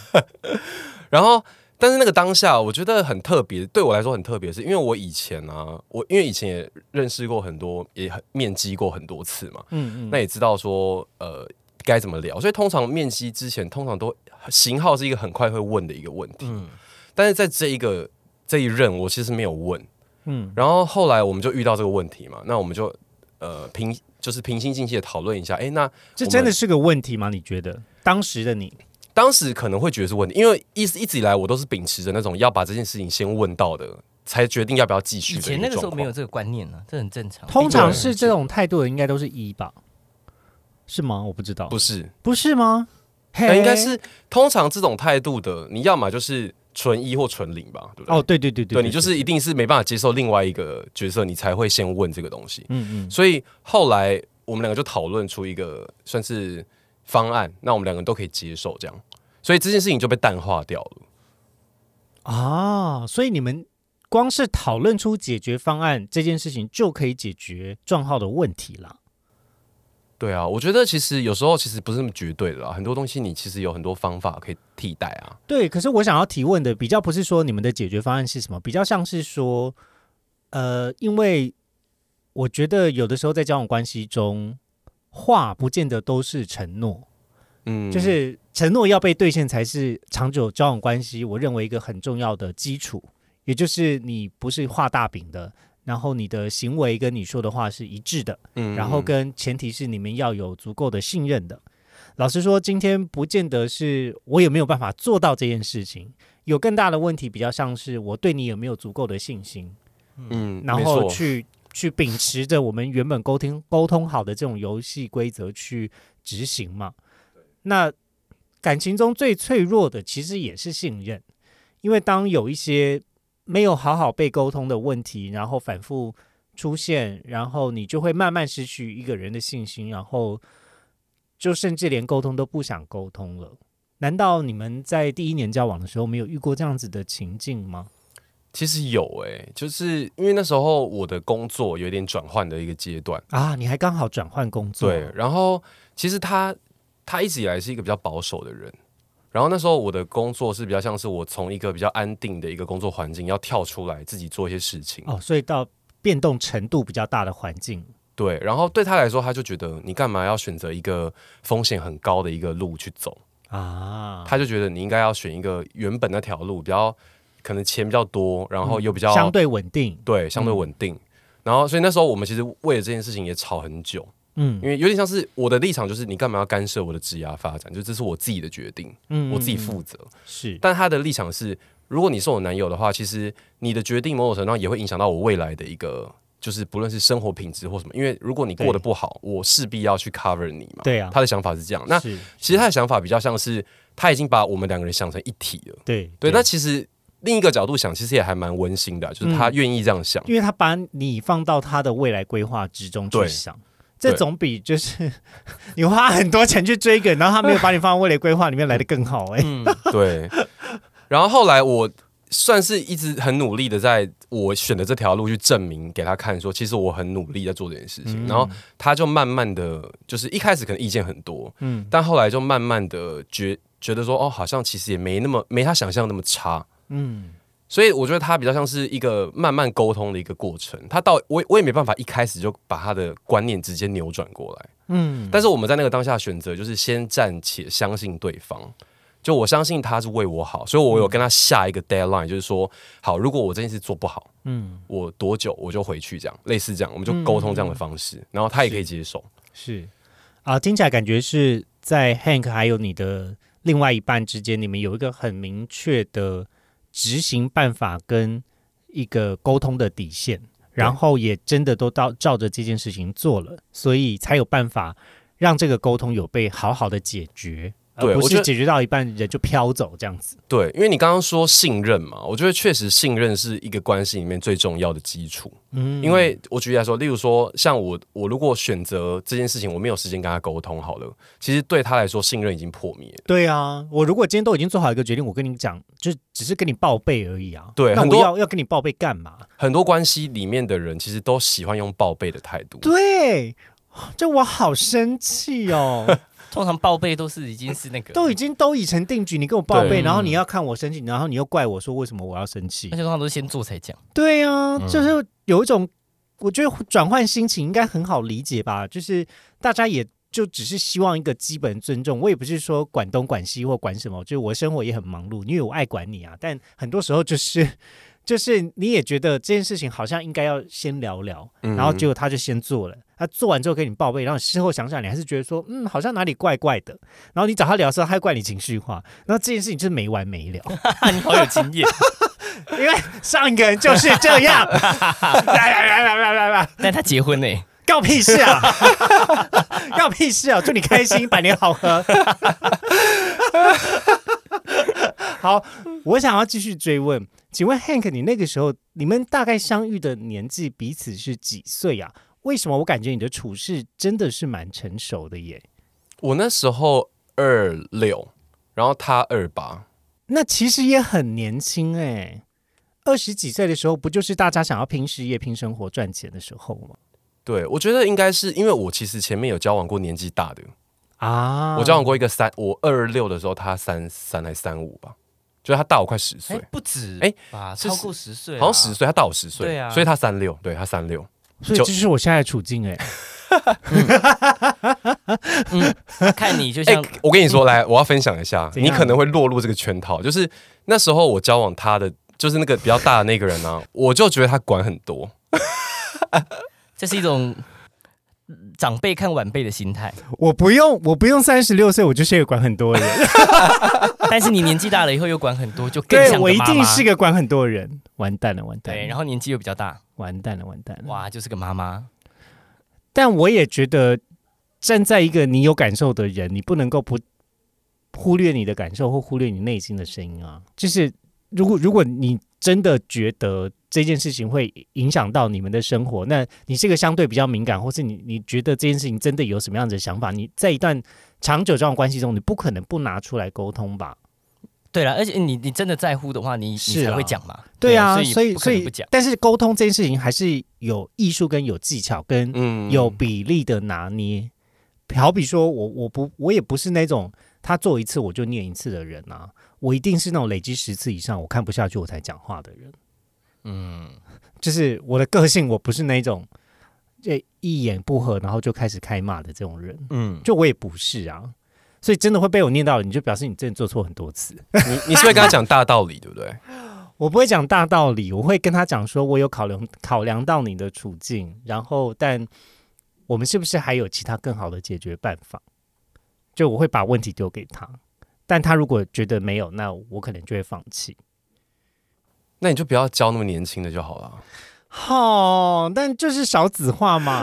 Speaker 2: *laughs* 然后，但是那个当下，我觉得很特别，对我来说很特别，是因为我以前啊，我因为以前也认识过很多，也很面基过很多次嘛，
Speaker 1: 嗯
Speaker 2: 那也知道说呃该怎么聊，所以通常面基之前，通常都呃型号是一个很快会问的一个问题，
Speaker 3: 嗯
Speaker 2: 但是在这一个这一任，我其实没有问，
Speaker 1: 嗯
Speaker 2: 然后后来我们就遇到这个问题嘛，那我们就呃平就是平心静气的讨论一下，哎，那
Speaker 1: 这
Speaker 2: 我们
Speaker 1: 真的是个问题吗？你觉得当时的你，
Speaker 2: 当时可能会觉得是问题，因为一直一直以来我都是秉持着那种要把这件事情先问到的，才决定要不要继续
Speaker 3: 以
Speaker 2: 的一
Speaker 3: 前那个时候
Speaker 2: 状
Speaker 3: 没有
Speaker 2: 况。
Speaker 3: 这个观念啊，这很正常。
Speaker 1: 通常
Speaker 2: 对
Speaker 1: 是这种态度的，应该都是一 e 吧？是吗？我不知道，
Speaker 2: 不是，
Speaker 1: 不是吗？
Speaker 2: 那
Speaker 1: 嘿
Speaker 2: 应该是通常这种态度的，你要么就是纯一或纯零吧，对不对？
Speaker 1: 哦，对对对
Speaker 2: 对你就是一定是没办法接受另外一个角色，你才会先问这个东西。
Speaker 1: 嗯嗯
Speaker 2: 所以后来我们两个就讨论出一个算是方案，那我们两个都可以接受这样，所以这件事情就被淡化掉了。
Speaker 1: 啊，所以你们光是讨论出解决方案这件事情，就可以解决账号的问题啦。
Speaker 2: 对啊，我觉得其实有时候其实不是那么绝对的啦，很多东西你其实有很多方法可以替代啊。
Speaker 1: 对，可是我想要提问的比较不是说你们的解决方案是什么，比较像是说，呃，因为我觉得有的时候在交往关系中，话不见得都是承诺，
Speaker 2: 嗯，
Speaker 1: 就是承诺要被兑现才是长久交往关系，我认为一个很重要的基础，也就是你不是画大饼的，然后你的行为跟你说的话是一致的，
Speaker 2: 嗯
Speaker 1: 然后跟前提是你们要有足够的信任的。老实说，今天不见得是我有没有办法做到这件事情，有更大的问题比较像是我对你有没有足够的信心。
Speaker 2: 嗯
Speaker 1: 然
Speaker 2: 没
Speaker 1: 后
Speaker 2: 错
Speaker 1: 去去秉持着我们原本沟通沟通好的这种游戏规则去执行嘛。那感情中最脆弱的其实也是信任，因为当有一些没有好好被沟通的问题，然后反复出现，然后你就会慢慢失去一个人的信心，然后就甚至连沟通都不想沟通了。难道你们在第一年交往的时候没有遇过这样子的情境吗？
Speaker 2: 其实有哎、就是因为那时候我的工作有点转换的一个阶段，
Speaker 1: 啊，你还刚好转换工作，
Speaker 2: 对，然后其实他他一直以来是一个比较保守的人，然后那时候我的工作是比较像是我从一个比较安定的一个工作环境要跳出来自己做一些事情，
Speaker 1: 哦，所以到变动程度比较大的环境，
Speaker 2: 对，然后对他来说，他就觉得你干嘛要选择一个风险很高的一个路去走，
Speaker 1: 啊，
Speaker 2: 他就觉得你应该要选一个原本那条路比较可能钱比较多，然后又比较、
Speaker 1: 嗯相对嗯稳定，
Speaker 2: 对相对稳定。然后，所以那时候我们其实为了这件事情也吵很久，
Speaker 1: 嗯
Speaker 2: 因为有点像是我的立场就是你干嘛要干涉我的职涯发展？就这是我自己的决定，
Speaker 1: 嗯
Speaker 2: 我自己
Speaker 1: 嗯
Speaker 2: 负责。
Speaker 1: 是
Speaker 2: 但他的立场是，如果你是我男友的话，其实你的决定某种程度上也会影响到我未来的一个，就是不论是生活品质或什么。因为如果你过得不好，我势必要去 cover 你嘛。
Speaker 1: 对啊
Speaker 2: 他的想法是这样。那
Speaker 1: 是
Speaker 2: 其实他的想法比较像是他已经把我们两个人想成一体了。
Speaker 1: 对
Speaker 2: 对，那其实另一个角度想，其实也还蛮温馨的啊，就是他愿意这
Speaker 1: *laughs*
Speaker 2: 样想。
Speaker 1: 因为他把你放到他的未来规划之中去
Speaker 2: 对
Speaker 1: 想。这
Speaker 2: 对
Speaker 1: 总比就是 *laughs* 你花很多钱去追一个人，然后他没
Speaker 2: *laughs*
Speaker 1: 有把你放到未来规划里面来的更好哎、
Speaker 3: 嗯，
Speaker 2: 对，然后后来我算是一直很努力的，在我选的这条路去证明给他看，说其实我很努力在做这件事情。然后他就慢慢的，就是一开始可能意见很多，
Speaker 1: 嗯
Speaker 2: 但后来就慢慢的觉觉得说，哦，好像其实也没那么没他想象那么差。
Speaker 1: 嗯，
Speaker 2: 所以我觉得他比较像是一个慢慢沟通的一个过程，他到我我也没办法一开始就把他的观念直接扭转过来，嗯，但是我们在那个当下选择就是先暂且相信对方，就我相信他是为我好，所以我有跟他下一个 deadline，就是说，好，如果我这件事做不好，嗯，我多久我就回去这样，类似这样，我们就沟通这样的方式，然后他也可以接受，
Speaker 1: 是啊，听起来感觉是在 Hank 还有你的另外一半之间，你们有一个很明确的执行办法跟一个沟通的底线，然后也真的都到照着这件事情做了，所以才有办法让这个沟通有被好好的解决。而
Speaker 2: 对
Speaker 1: 不
Speaker 2: 我
Speaker 1: 是
Speaker 2: 觉得
Speaker 1: 解决到一半人就飘走这样子。
Speaker 2: 对，因为你刚刚说信任嘛，我觉得确实信任是一个关系里面最重要的基础。
Speaker 1: 嗯
Speaker 2: 因为我举例来说，例如说，像我，我如果选择这件事情，我没有时间跟他沟通好了，其实对他来说信任已经破灭了。
Speaker 1: 对啊，我如果今天都已经做好一个决定，我跟你讲，就只是跟你报备而已啊。
Speaker 2: 对
Speaker 1: 那
Speaker 2: 很
Speaker 1: 我
Speaker 2: 多
Speaker 1: 要要跟你报备干嘛？
Speaker 2: 很多关系里面的人其实都喜欢用报备的态度。
Speaker 1: 对，哦这我好生气哦。
Speaker 3: 通常报备都是已经是那
Speaker 1: *laughs*
Speaker 3: 个，
Speaker 1: 都已经都已成定局，你跟我报备，
Speaker 2: 对
Speaker 1: 然后你要看我生气，然后你又怪我说为什么我要生气
Speaker 3: 而且？通常都是先做才讲。 *laughs*
Speaker 1: 对啊，就是有一种，我觉得转换心情应该很好理解吧，就是大家也。就只是希望一个基本尊重，我也不是说管东管西或管什么，就是我生活也很忙碌，因为我爱管你啊。但很多时候就是， *laughs* 就是你也觉得这件事情好像应该要先聊聊，
Speaker 2: 嗯
Speaker 1: 然后结果他就先做了，他做完之后给你报备，然后事后想想，你还是觉得说，嗯，好像哪里怪怪的。然后你找他聊的时候，他还怪你情绪化，然后这件事情就是没完没了，
Speaker 3: 你好有经验， *laughs*
Speaker 1: 因为上一个人就是这样，来来来来来来来，
Speaker 3: 但他结婚呢、欸
Speaker 1: 告屁事啊，告屁事啊，祝你开心，百年好合。好，我想要继续追问，请问 Hank，你那个时候你们大概相遇的年纪彼此是几岁啊？为什么我感觉你的处事真的是蛮成熟的耶？
Speaker 2: 我那时候二六，然后他二八，
Speaker 1: 那其实也很年轻哎，二十几岁的时候，不就是大家想要拼事业、拼生活、赚钱的时候吗？
Speaker 2: 对我觉得应该是因为我其实前面有交往过年纪大的，
Speaker 1: 啊，
Speaker 2: 我交往过一个三，我二六的时候他三三还三五吧，就是他大我快十
Speaker 3: 哎、
Speaker 2: 岁，
Speaker 3: 不止
Speaker 2: 哎
Speaker 3: 吧，
Speaker 2: 是
Speaker 3: 超过十岁啊，
Speaker 2: 好像十岁，他大我十岁，
Speaker 3: 对啊
Speaker 2: 所以他三六，对他三六，
Speaker 1: 所以这
Speaker 2: 就是
Speaker 1: 我现在的处境哎。
Speaker 3: *laughs* 看你就
Speaker 2: 哎、
Speaker 3: 像
Speaker 2: 我跟你说，来，我要分享一下，
Speaker 1: 怎
Speaker 2: 你
Speaker 1: 样
Speaker 2: 可能会落入这个圈套。就是那时候我交往他的，就是那个比较大的那个人
Speaker 3: *laughs*
Speaker 2: 呢、我就觉得他管很多。
Speaker 3: 这是一种嗯长辈看晚辈的心态。
Speaker 1: *laughs* 我不用，我不用三十六岁，我就是一个管很多的 *laughs* 人。
Speaker 3: 但是你年纪大了以后又管很多，就更像
Speaker 1: 对
Speaker 3: 个
Speaker 1: 我一
Speaker 3: 妈
Speaker 1: 定
Speaker 3: 妈
Speaker 1: 是个管很多的人，完蛋了，完蛋
Speaker 3: 对，
Speaker 1: 了，
Speaker 3: 然后年纪又比较大，
Speaker 1: 完蛋了，完蛋了。
Speaker 3: 哇，就是个妈妈。
Speaker 1: 但我也觉得，站在一个你有感受的人，你不能够不忽略你的感受或忽略你内心的声音啊。就是如果如果你真的觉得这件事情会影响到你们的生活，那你是个相对比较敏感，或是你你觉得这件事情真的有什么样子的想法，你在一段长久交往关系中，你不可能不拿出来沟通吧？
Speaker 3: 对了，而且你你真的在乎的话，你
Speaker 1: 是
Speaker 3: 你
Speaker 1: 啊
Speaker 3: 才会讲嘛。
Speaker 1: 对啊，所
Speaker 3: 所
Speaker 1: 以
Speaker 3: 不可
Speaker 1: 所
Speaker 3: 能
Speaker 1: 以
Speaker 3: 不讲，。
Speaker 1: 但是沟通这件事情还是有艺术跟有技巧跟
Speaker 2: 嗯，
Speaker 1: 有比例的拿捏。好比说我我不我也不是那种他做一次我就念一次的人啊，我一定是那种累积十次以上我看不下去我才讲话的人。
Speaker 3: 嗯，
Speaker 1: 就是我的个性，我不是那种这一言不合然后就开始开骂的这种人，
Speaker 2: 嗯，
Speaker 1: 就我也不是啊。所以真的会被我念到，你就表示你真的做错很多次。
Speaker 2: 你你是会跟他讲大道理，对不对？
Speaker 1: 我不会讲大道理，我会跟他讲说，我有考量考量到你的处境，然后但我们是不是还有其他更好的解决办法？就我会把问题丢给他，但他如果觉得没有，那我可能就会放弃。
Speaker 2: 那你就不要教那么年轻的就好了。
Speaker 1: 好、哦但就是少子化 *laughs* 嘛，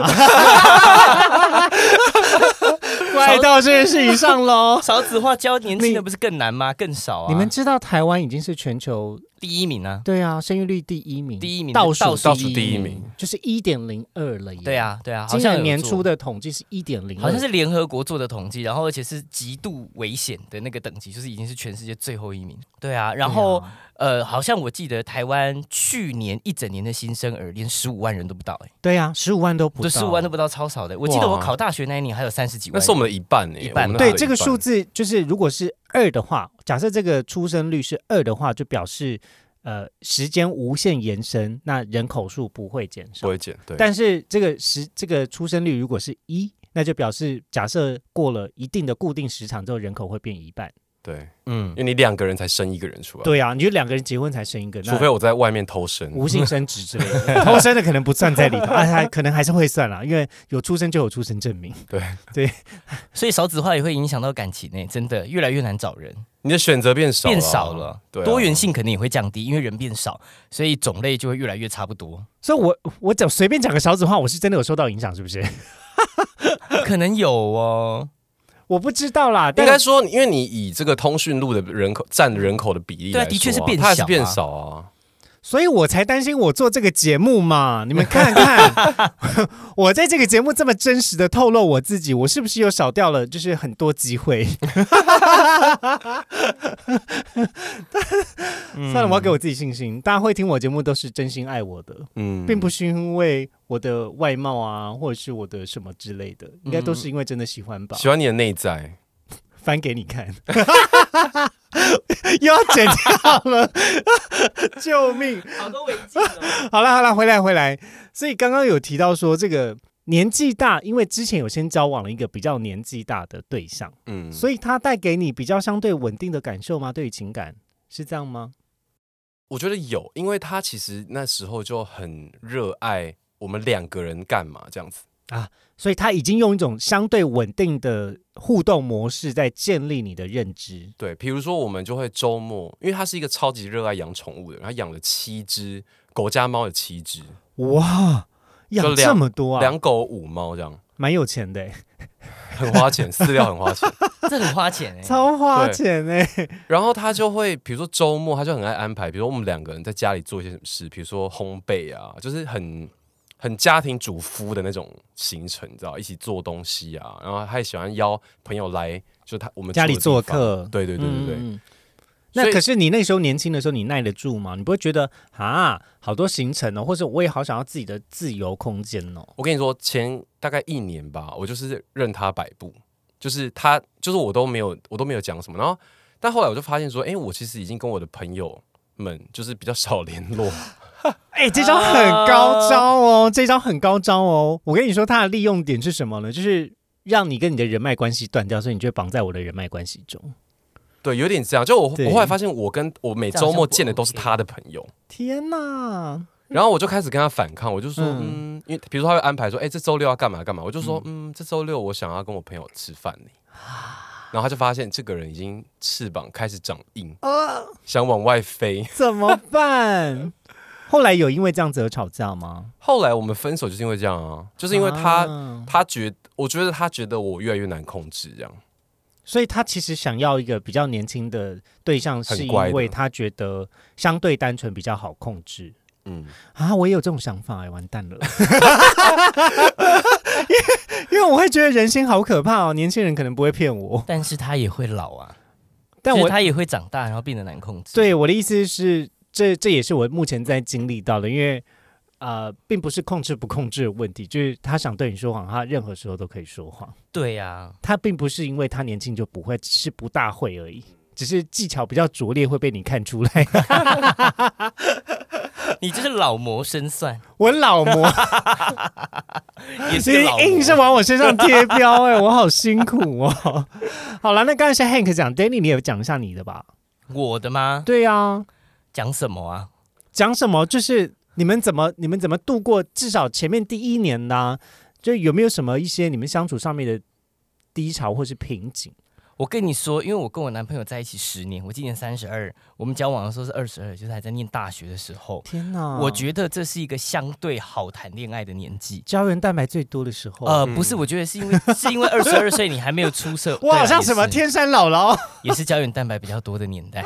Speaker 1: 怪到这件事情上喽。
Speaker 3: 少子化教年轻的不是更难吗？更少啊。
Speaker 1: 你们知道台湾已经是全球
Speaker 3: 第一名啊，
Speaker 1: 对啊生育率第一名，
Speaker 3: 第一名
Speaker 1: 倒数
Speaker 2: 倒数
Speaker 3: 第
Speaker 2: 第
Speaker 3: 一
Speaker 2: 一
Speaker 3: 名
Speaker 2: 名。
Speaker 1: 就是一点零二了耶。
Speaker 3: 对啊，对啊，好
Speaker 1: 今
Speaker 3: 像
Speaker 1: 年
Speaker 3: 有
Speaker 1: 年
Speaker 3: 做
Speaker 1: 初的统计是一点零，
Speaker 3: 好像是联合国做的统计，然后而且是极度危险的那个等级，就是已经是全世界最后一名。对啊，然后、
Speaker 1: 对啊
Speaker 3: 呃，好像我记得台湾去年一整年的新生儿连十五万人都不到、欸，
Speaker 1: 对呀，十五万都不
Speaker 3: 对，
Speaker 1: 到，
Speaker 3: 十五万都不到，超少的。我记得我
Speaker 2: 哇
Speaker 3: 考大学那一年还有三十几
Speaker 2: 那
Speaker 3: 万，
Speaker 2: 是我们的一半呢、
Speaker 3: 一半
Speaker 2: 我们的
Speaker 1: 对
Speaker 2: 一
Speaker 1: 这个数字，就是如果是二的话，假设这个出生率是二的话，就表示呃时间无限延伸，那人口数不会减
Speaker 2: 不
Speaker 1: 少。
Speaker 2: 会减，对，
Speaker 1: 但是这个时这个出生率如果是一，那就表示假设过了一定的固定时长之后，人口会变一半。
Speaker 2: 对，
Speaker 3: 嗯
Speaker 2: 因，为你两个人才生一个人出来，，
Speaker 1: 对啊，你就两个人结婚才生一个，那
Speaker 2: 除非我在外面偷生。
Speaker 1: 无
Speaker 2: *laughs*
Speaker 1: 性生殖之类的，偷生的可能不算在里头，啊，还可能还是会算啦，因为有出生就有出生证明。
Speaker 3: 所以少子化也会影响到感情诶、真的越来越难找人，
Speaker 2: 你的选择变少，啊
Speaker 3: 变少，了，
Speaker 2: 对啊
Speaker 3: 多元性肯定也会降低，因为人变少，所以种类就会越来越差不多。
Speaker 1: 所以我，我讲随便讲个少子化，我是真的有受到影响，是不是？
Speaker 3: 可能有哦，
Speaker 1: *laughs* 我不知道啦，
Speaker 2: 应
Speaker 1: 但
Speaker 2: 该说，因为你以这个通讯录的人口占人口的比例
Speaker 3: 对
Speaker 2: 来
Speaker 3: 啊
Speaker 2: 说啊，
Speaker 3: 的确是变
Speaker 2: 它还
Speaker 3: 小
Speaker 2: 是变
Speaker 3: 啊
Speaker 2: 少啊。
Speaker 1: 所以我才担心我做这个节目嘛。你们看看， *laughs* 我在这个节目这么真实的透露我自己，我是不是又少掉了就是很多机会？ *laughs*
Speaker 2: 嗯
Speaker 1: 算了，我要给我自己信心，大家会听我节目都是真心爱我的，
Speaker 2: 嗯，
Speaker 1: 并不是因为我的外貌啊，或者是我的什么之类的，应该都
Speaker 2: 嗯
Speaker 1: 是因为真的喜欢吧。
Speaker 2: 喜欢你的内在，
Speaker 1: 翻给你看， *laughs* 又要剪掉了， *laughs* 救命！
Speaker 3: *laughs* 好多违禁哦。
Speaker 1: 好啦好啦，回来回来。所以刚刚有提到说，这个年纪大，因为之前有先交往了一个比较年纪大的对象，
Speaker 2: 嗯，
Speaker 1: 所以他带给你比较相对稳定的感受吗？对于情感是这样吗？
Speaker 2: 我觉得有，因为他其实那时候就很热爱我们两个人干嘛这样子。
Speaker 1: 所以他已经用一种相对稳定的互动模式在建立你的认知。
Speaker 2: 对，比如说我们就会周末，因为他是一个超级热爱养宠物的人，他养了七只狗加猫，有七只，
Speaker 1: 哇，养
Speaker 2: 就
Speaker 1: 这
Speaker 2: 两
Speaker 1: 么多啊，
Speaker 2: 两狗五猫这样，
Speaker 1: 蛮有钱的欸、
Speaker 2: 很花钱，饲料很花钱。
Speaker 3: 这很花钱哎、
Speaker 1: 超花钱哎、
Speaker 2: 然后他就会，比如说周末，他就很爱安排，比如说我们两个人在家里做一些什么事，比如说烘焙啊，就是很很家庭主夫的那种行程，你知道，一起做东西啊。然后他也喜欢邀朋友来，就他我们住的
Speaker 1: 家里做
Speaker 2: 地方
Speaker 1: 客
Speaker 2: 对对对对对。
Speaker 1: 嗯嗯嗯
Speaker 2: 所
Speaker 1: 那
Speaker 2: 以
Speaker 1: 可是你那时候年轻的时候，你耐得住吗？你不会觉得啊，好多行程哦，或者我也好想要自己的自由空间哦。
Speaker 2: 我跟你说，前大概一年吧，我就是任他摆布，就是他，就是我都没有，我都没有讲什么。然后，但后来我就发现说，哎、我其实已经跟我的朋友们就是比较少联络。
Speaker 1: 哎、这招很高招哦，这招很高招哦。我跟你说，它的利用点是什么呢？就是让你跟你的人脉关系断掉，所以你就会绑在我的人脉关系中。
Speaker 2: 对，有点这样。就我，
Speaker 1: 对
Speaker 2: 我后来发现，我跟我每
Speaker 3: 这样好
Speaker 2: 周
Speaker 3: 像
Speaker 2: 末
Speaker 3: 不
Speaker 2: 见的都是
Speaker 3: OK
Speaker 2: 他的朋友。
Speaker 1: 天哪！
Speaker 2: 然后我就开始跟他反抗，我就说，
Speaker 1: 嗯
Speaker 2: 嗯，因为比如说他会安排说，哎、这周六要干嘛干嘛，我就说，嗯，这周六我想要跟我朋友吃饭呢。然后他就发现这个人已经翅膀开始长硬，
Speaker 1: 哦
Speaker 2: 想往外飞。
Speaker 1: 怎么办？ *laughs* 后来有因为这样子而吵架吗？
Speaker 2: 后来我们分手就是因为这样啊，就是因为他、
Speaker 1: 啊
Speaker 2: 他觉，我觉得他觉得我越来越难控制这样。
Speaker 1: 所以他其实想要一个比较年轻的对象，是
Speaker 2: 很
Speaker 1: 因
Speaker 2: 乖的
Speaker 1: 为他觉得相对单纯比较好控制
Speaker 2: 嗯，
Speaker 1: 啊。我也有这种想法、哎，完蛋了， *laughs* 因为因为我会觉得人心好可怕哦，年轻人可能不会骗我，
Speaker 3: 但是他也会老啊，
Speaker 1: 但
Speaker 3: 就
Speaker 1: 我
Speaker 3: 是他也会长大，然后变得难控制。
Speaker 1: 对我的意思是，这这也是我目前在经历到的，因为呃，并不是控制不控制的问题，就是他想对你说谎，他任何时候都可以说谎。
Speaker 3: 对啊呀、
Speaker 1: 他并不是因为他年轻就不会，只是不大会而已，只是技巧比较拙劣，会被你看出 *laughs* 来。
Speaker 3: 你就是老谋深算，
Speaker 1: 我老 *laughs* 魔，
Speaker 3: 也
Speaker 1: 所
Speaker 3: 是
Speaker 1: 以
Speaker 3: 个老
Speaker 1: 硬是
Speaker 3: 谋。
Speaker 1: 往我身上贴标、 *laughs* 哎，我好辛苦哦。好了，那刚才是 Hank 讲，Danny 你也讲一下你的吧。
Speaker 3: 我的吗？
Speaker 1: 对啊，
Speaker 3: 讲什么啊？
Speaker 1: 讲什么？就是你们怎么你们怎么度过至少前面第一年呢、就有没有什么一些你们相处上面的低潮或是瓶颈？
Speaker 3: 我跟你说，因为我跟我男朋友在一起十年，我今年三十二，我们交往的时候是二十二，就是还在念大学的时候。
Speaker 1: 天哪
Speaker 3: 我觉得这是一个相对好谈恋爱的年纪。
Speaker 1: 胶原蛋白最多的时候，
Speaker 3: 呃，
Speaker 2: 嗯
Speaker 3: 不是，我觉得是因为是因为二十二岁你还没有
Speaker 1: *laughs*
Speaker 3: 出社，
Speaker 1: 我好像
Speaker 3: 对啦啊
Speaker 1: 什么
Speaker 3: 也是
Speaker 1: 天山姥姥。
Speaker 3: 也是胶原蛋白比较多的年
Speaker 1: *laughs*
Speaker 3: 代。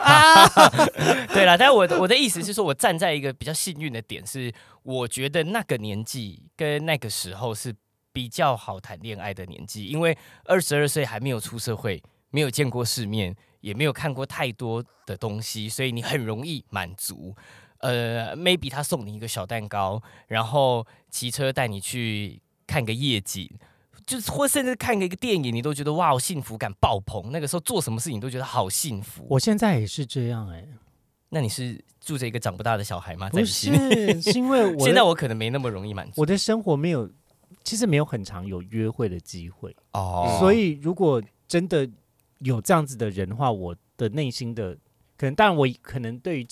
Speaker 3: 对啦，但我的我的意思是说，我站在一个比较幸运的点是，我觉得那个年纪跟那个时候是比较好谈恋爱的年纪，因为二十二岁还没有出社会，没有见过世面，也没有看过太多的东西，所以你很容易满足。呃，maybe 他送你一个小蛋糕，然后骑车带你去看个夜景，就是或甚至看个一个电影，你都觉得哇，幸福感爆棚。那个时候做什么事情都觉得好幸福。
Speaker 1: 我现在也是这样哎、
Speaker 3: 那你是住着一个长啊不大的小孩吗？在
Speaker 1: 不
Speaker 3: 你心里，
Speaker 1: 是，是因为我的
Speaker 3: *laughs* 现在我可能没那么容易满足
Speaker 1: 我的生活没有，其实没有很常有约会的机会，
Speaker 3: 哦
Speaker 1: 所以如果真的有这样子的人的话，我的内心的可能，但我可能对于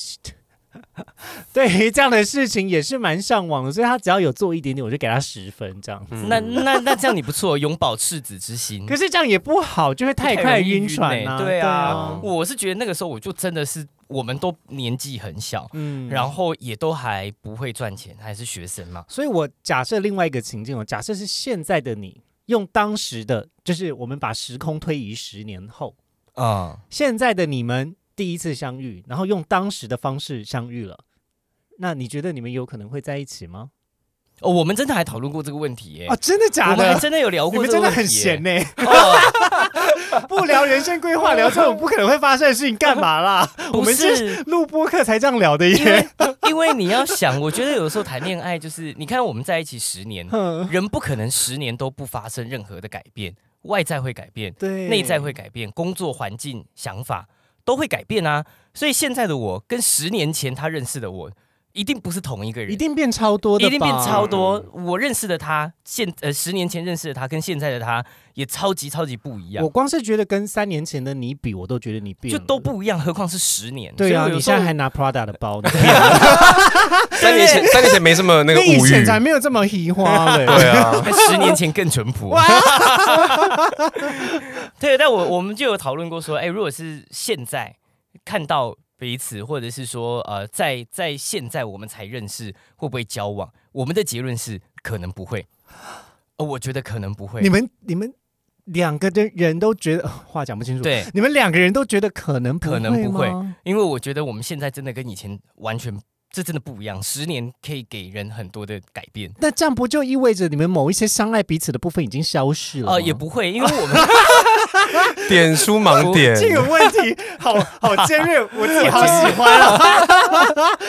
Speaker 1: *laughs* 对于这样的事情也是蛮向往的，所以他只要有做一点点，我就给他十分这样。
Speaker 2: 嗯
Speaker 3: 那那那这样你不错，永葆赤子之心
Speaker 1: 可。是这样也不好，就会太
Speaker 3: 太
Speaker 1: 快
Speaker 3: 容易
Speaker 1: 晕
Speaker 3: 晕
Speaker 1: 船
Speaker 3: 欸
Speaker 1: 啊！
Speaker 3: 对
Speaker 1: 啊
Speaker 2: 啊，
Speaker 3: 我是觉得那个时候我就真的是，我们都年纪很小，
Speaker 1: 嗯
Speaker 3: 然后也都还不会赚钱，还是学生嘛。
Speaker 1: 所以我假设另外一个情境哦，假设是现在的你，用当时的，就是我们把时空推移十年后，
Speaker 4: 啊，
Speaker 1: 现在的你们第一次相遇，然后用当时的方式相遇了，那你觉得你们有可能会在一起吗？
Speaker 3: 哦，我们真的还讨论过这个问题耶、
Speaker 1: 啊，真的假
Speaker 3: 我们还
Speaker 1: 的？
Speaker 3: 真的有聊
Speaker 1: 你
Speaker 3: 过
Speaker 1: 们
Speaker 3: 这个
Speaker 1: 真的
Speaker 3: 问题耶、
Speaker 1: 很闲呢、 *laughs*
Speaker 3: 哦，
Speaker 1: 不聊人生规划，聊这种不可能会发生的事情干嘛 *laughs* 啦？我
Speaker 3: 不
Speaker 1: 们这
Speaker 3: 是。
Speaker 1: 录播课才这样聊的
Speaker 3: 因为
Speaker 1: *laughs* 耶。
Speaker 3: 因为你要想，我觉得有时候谈恋爱就是，你看我们在一起十年，
Speaker 1: *laughs* 哼
Speaker 3: 人不可能十年都不发生任何的改变，外在会改变，
Speaker 1: 对，
Speaker 3: 内在会改变，工作环境、想法都会改变啊。所以现在的我跟十年前他认识的我，一定不是同一个人，
Speaker 1: 一定变超多的吧，
Speaker 3: 一定变超多。我认识的他，现呃十年前认识的他跟现在的他也超级超级不一样
Speaker 1: 我，光是觉得跟三年前的你比，我都觉得你变
Speaker 3: 就
Speaker 1: 了
Speaker 3: 都不一样，何况是十年。
Speaker 1: 对啊。
Speaker 3: 所以我
Speaker 1: 你
Speaker 3: 有时候
Speaker 1: 现在还拿 Prada 的包，你
Speaker 2: 三年前三年前没什么那个
Speaker 1: 你以
Speaker 2: 物
Speaker 1: 前
Speaker 2: 欲，
Speaker 1: 才没有这么移花嘞。
Speaker 2: 对
Speaker 3: *laughs*
Speaker 2: 啊，
Speaker 3: 十年前更淳朴。 *laughs* 对，但我我们就有讨论过说，哎、如果是现在看到彼此，或者是说呃，在在现在我们才认识，会不会交往？我们的结论是可能不会。呃，我觉得可能不会
Speaker 1: 你。们你们两个的人都觉得 *laughs* 话讲不清楚，
Speaker 3: 对，
Speaker 1: 你们两个人都觉得可能不
Speaker 3: 可能不会
Speaker 1: 吗
Speaker 3: 因为我觉得我们现在真的跟以前完全，这真的不一样。十年可以给人很多的改变。
Speaker 1: 那这样不就意味着你们某一些相爱彼此的部分已经消失了吗？
Speaker 3: 呃，也不会，因为我们
Speaker 2: 点出
Speaker 1: *laughs*
Speaker 2: 盲点，
Speaker 1: 这个问题好好尖锐，我
Speaker 3: *laughs*
Speaker 1: 自己好喜欢啊！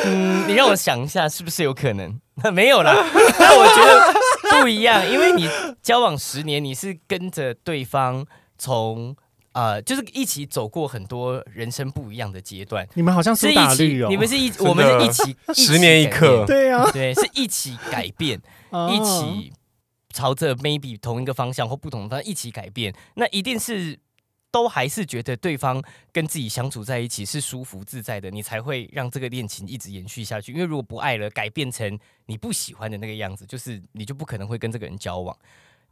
Speaker 3: 嗯，你让我想一下，是不是有可能？ *laughs* 没有啦，但我觉得不一样，因为你交往十年，你是跟着对方从呃，就是一起走过很多人生不一样的阶段，
Speaker 1: *laughs* 你们好像苏
Speaker 3: 是一
Speaker 1: 打
Speaker 3: 起
Speaker 1: 绿，哦，
Speaker 3: 你们
Speaker 2: *laughs*
Speaker 3: 是一，
Speaker 2: 的
Speaker 3: 我们是一起
Speaker 2: 十年一，刻
Speaker 3: 起
Speaker 1: *laughs*
Speaker 3: 改
Speaker 1: 对啊，
Speaker 3: 变对，是一起改变，一起朝着 maybe 同一个方向或不同的方向一起改变，那一定是。都还是觉得对方跟自己相处在一起是舒服自在的，你才会让这个恋情一直延续下去。因为如果不爱了，改变成你不喜欢的那个样子，就是你就不可能会跟这个人交往。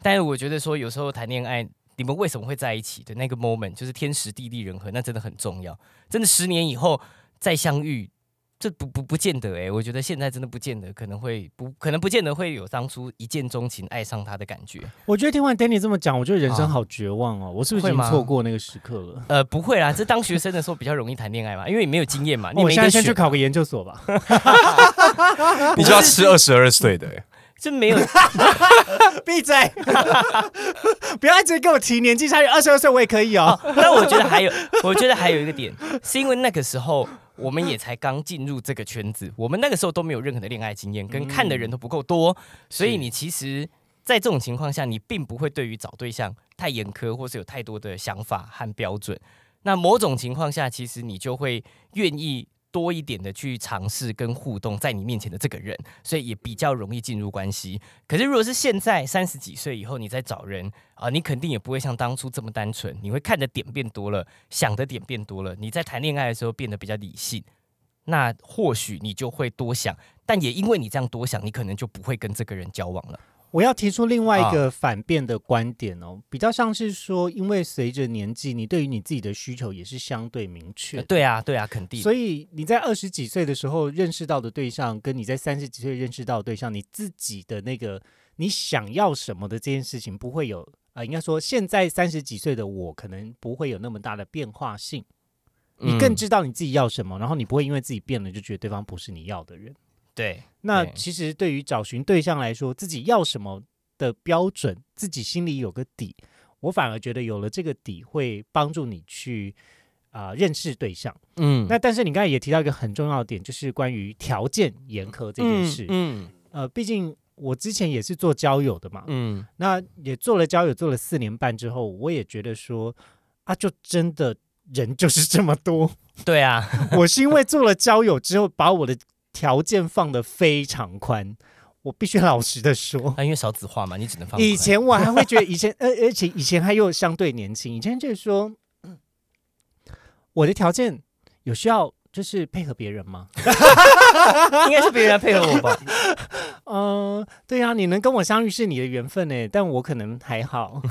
Speaker 3: 但是我觉得说，有时候谈恋爱，你们为什么会在一起的那个 moment，就是天时地利人和，那真的很重要。真的十年以后再相遇，这不不不见得哎、我觉得现在真的不见得，可能会不可能不见得会有当初一见钟情爱上他的感觉。
Speaker 1: 我觉得听完 Danny 这么讲，我觉得人生
Speaker 3: 啊
Speaker 1: 好绝望哦！我是不是已
Speaker 3: 会
Speaker 1: 经
Speaker 3: 吗
Speaker 1: 错过那个时刻了？
Speaker 3: 呃，不会啦，这当学生的时候比较容易谈恋爱嘛，因为你没有经验嘛，啊你
Speaker 1: 哦我
Speaker 3: 没
Speaker 1: 现在
Speaker 3: 得
Speaker 1: 先
Speaker 3: 选
Speaker 1: 去，考个研究所
Speaker 3: *laughs*
Speaker 1: 吧。
Speaker 2: 你就要吃二十二岁的、欸，
Speaker 3: 这
Speaker 1: *laughs*
Speaker 3: 没有哦
Speaker 1: 闭嘴！ *laughs* 不要一直跟我提年纪差距，二十二岁我也可以哦。
Speaker 3: 但我觉得还有，我觉得还有一个点，是因为那个时候我们也才刚进入这个圈子，我们那个时候都没有任何的恋爱经验，跟看
Speaker 1: 嗯
Speaker 3: 的人都不够多，所以你其实，在这种情况下，你并不会对于找对象太严苛，或是有太多的想法和标准。那某种情况下，其实你就会愿意多一点的去尝试跟互动在你面前的这个人，所以也比较容易进入关系。可是如果是现在三十几岁以后你再找人啊、你肯定也不会像当初这么单纯，你会看的点变多了，想的点变多了，你在谈恋爱的时候变得比较理性。那或许你就会多想，但也因为你这样多想，你可能就不会跟这个人交往了。
Speaker 1: 我要提出另外一
Speaker 3: 啊
Speaker 1: 个反辩的观点哦，比较像是说，因为随着年纪，你对于你自己的需求也是相对明确
Speaker 3: 呃
Speaker 1: 的。
Speaker 3: 对啊，对啊，肯定。
Speaker 1: 所以你在二十几岁的时候认识到的对象，跟你在三十几岁认识到的对象，你自己的那个你想要什么的这件事情，不会有啊、呃应该说现在三十几岁的我，可能不会有那么大的变化性。你更
Speaker 3: 嗯
Speaker 1: 知道你自己要什么，然后你不会因为自己变了就觉得对方不是你要的人。
Speaker 3: 对，
Speaker 1: 那
Speaker 3: 对
Speaker 1: 其实对于找寻对象来说，自己要什么的标准，自己心里有个底。我反而觉得有了这个底，会帮助你去啊、认识对象。
Speaker 3: 嗯
Speaker 1: 那但是你刚才也提到一个很重要的点，就是关于条件严苛这件事。
Speaker 3: 嗯
Speaker 1: 呃，毕竟我之前也是做交友的嘛，
Speaker 3: 嗯
Speaker 1: 那也做了交友，做了四年半之后，我也觉得说啊，就真的人就是这么多。
Speaker 3: 嗯，对啊， *laughs*
Speaker 1: 我是因为做了交友之后，把我的条件放得非常宽。我必须老实的说，
Speaker 3: 啊因为少子化嘛，你只能放
Speaker 1: 以
Speaker 3: 宽
Speaker 1: 前我还会觉得，以前 *laughs* 呃而而且以前还又相对年轻，以前就是说，我的条件有需要就是配合别人吗？ *laughs*
Speaker 3: 应该是别人来配合我吧。
Speaker 1: 嗯、对啊，你能跟我相遇是你的缘分呢，但我可能还好。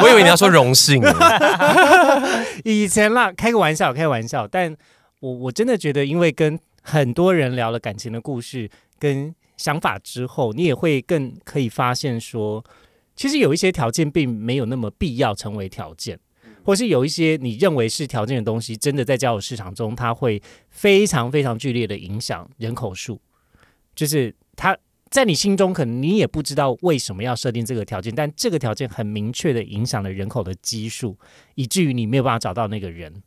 Speaker 2: 我以为你要说荣幸欸、
Speaker 1: 以前啦，开个玩笑，开个玩笑，但我我真的觉得，因为跟很多人聊了感情的故事跟想法之后，你也会更可以发现说，其实有一些条件并没有那么必要成为条件，或是有一些你认为是条件的东西，真的在交友市场中，它会非常非常剧烈的影响人口数，就是它。在你心中，可能你也不知道为什么要设定这个条件，但这个条件很明确的影响了人口的基数，以至于你没有办法找到那个人。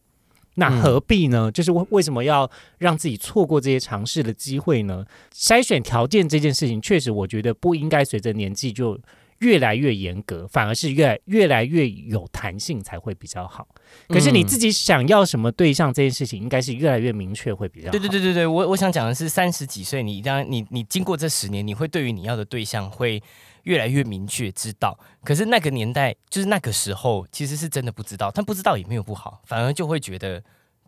Speaker 1: 那何必呢？就是为为什么要让自己错过这些尝试的机会呢？筛选条件这件事情，确实我觉得不应该随着年纪就越来越严格，反而是越来越来越有弹性才会比较好。可是你
Speaker 3: 嗯
Speaker 1: 自己想要什么对象这件事情，应该是越来越明确会比较好。
Speaker 3: 对对对对对，我我想讲的是，三十几岁，你当你你经过这十年，你会对于你要的对象会越来越明确知道。可是那个年代，就是那个时候，其实是真的不知道，但不知道也没有不好，反而就会觉得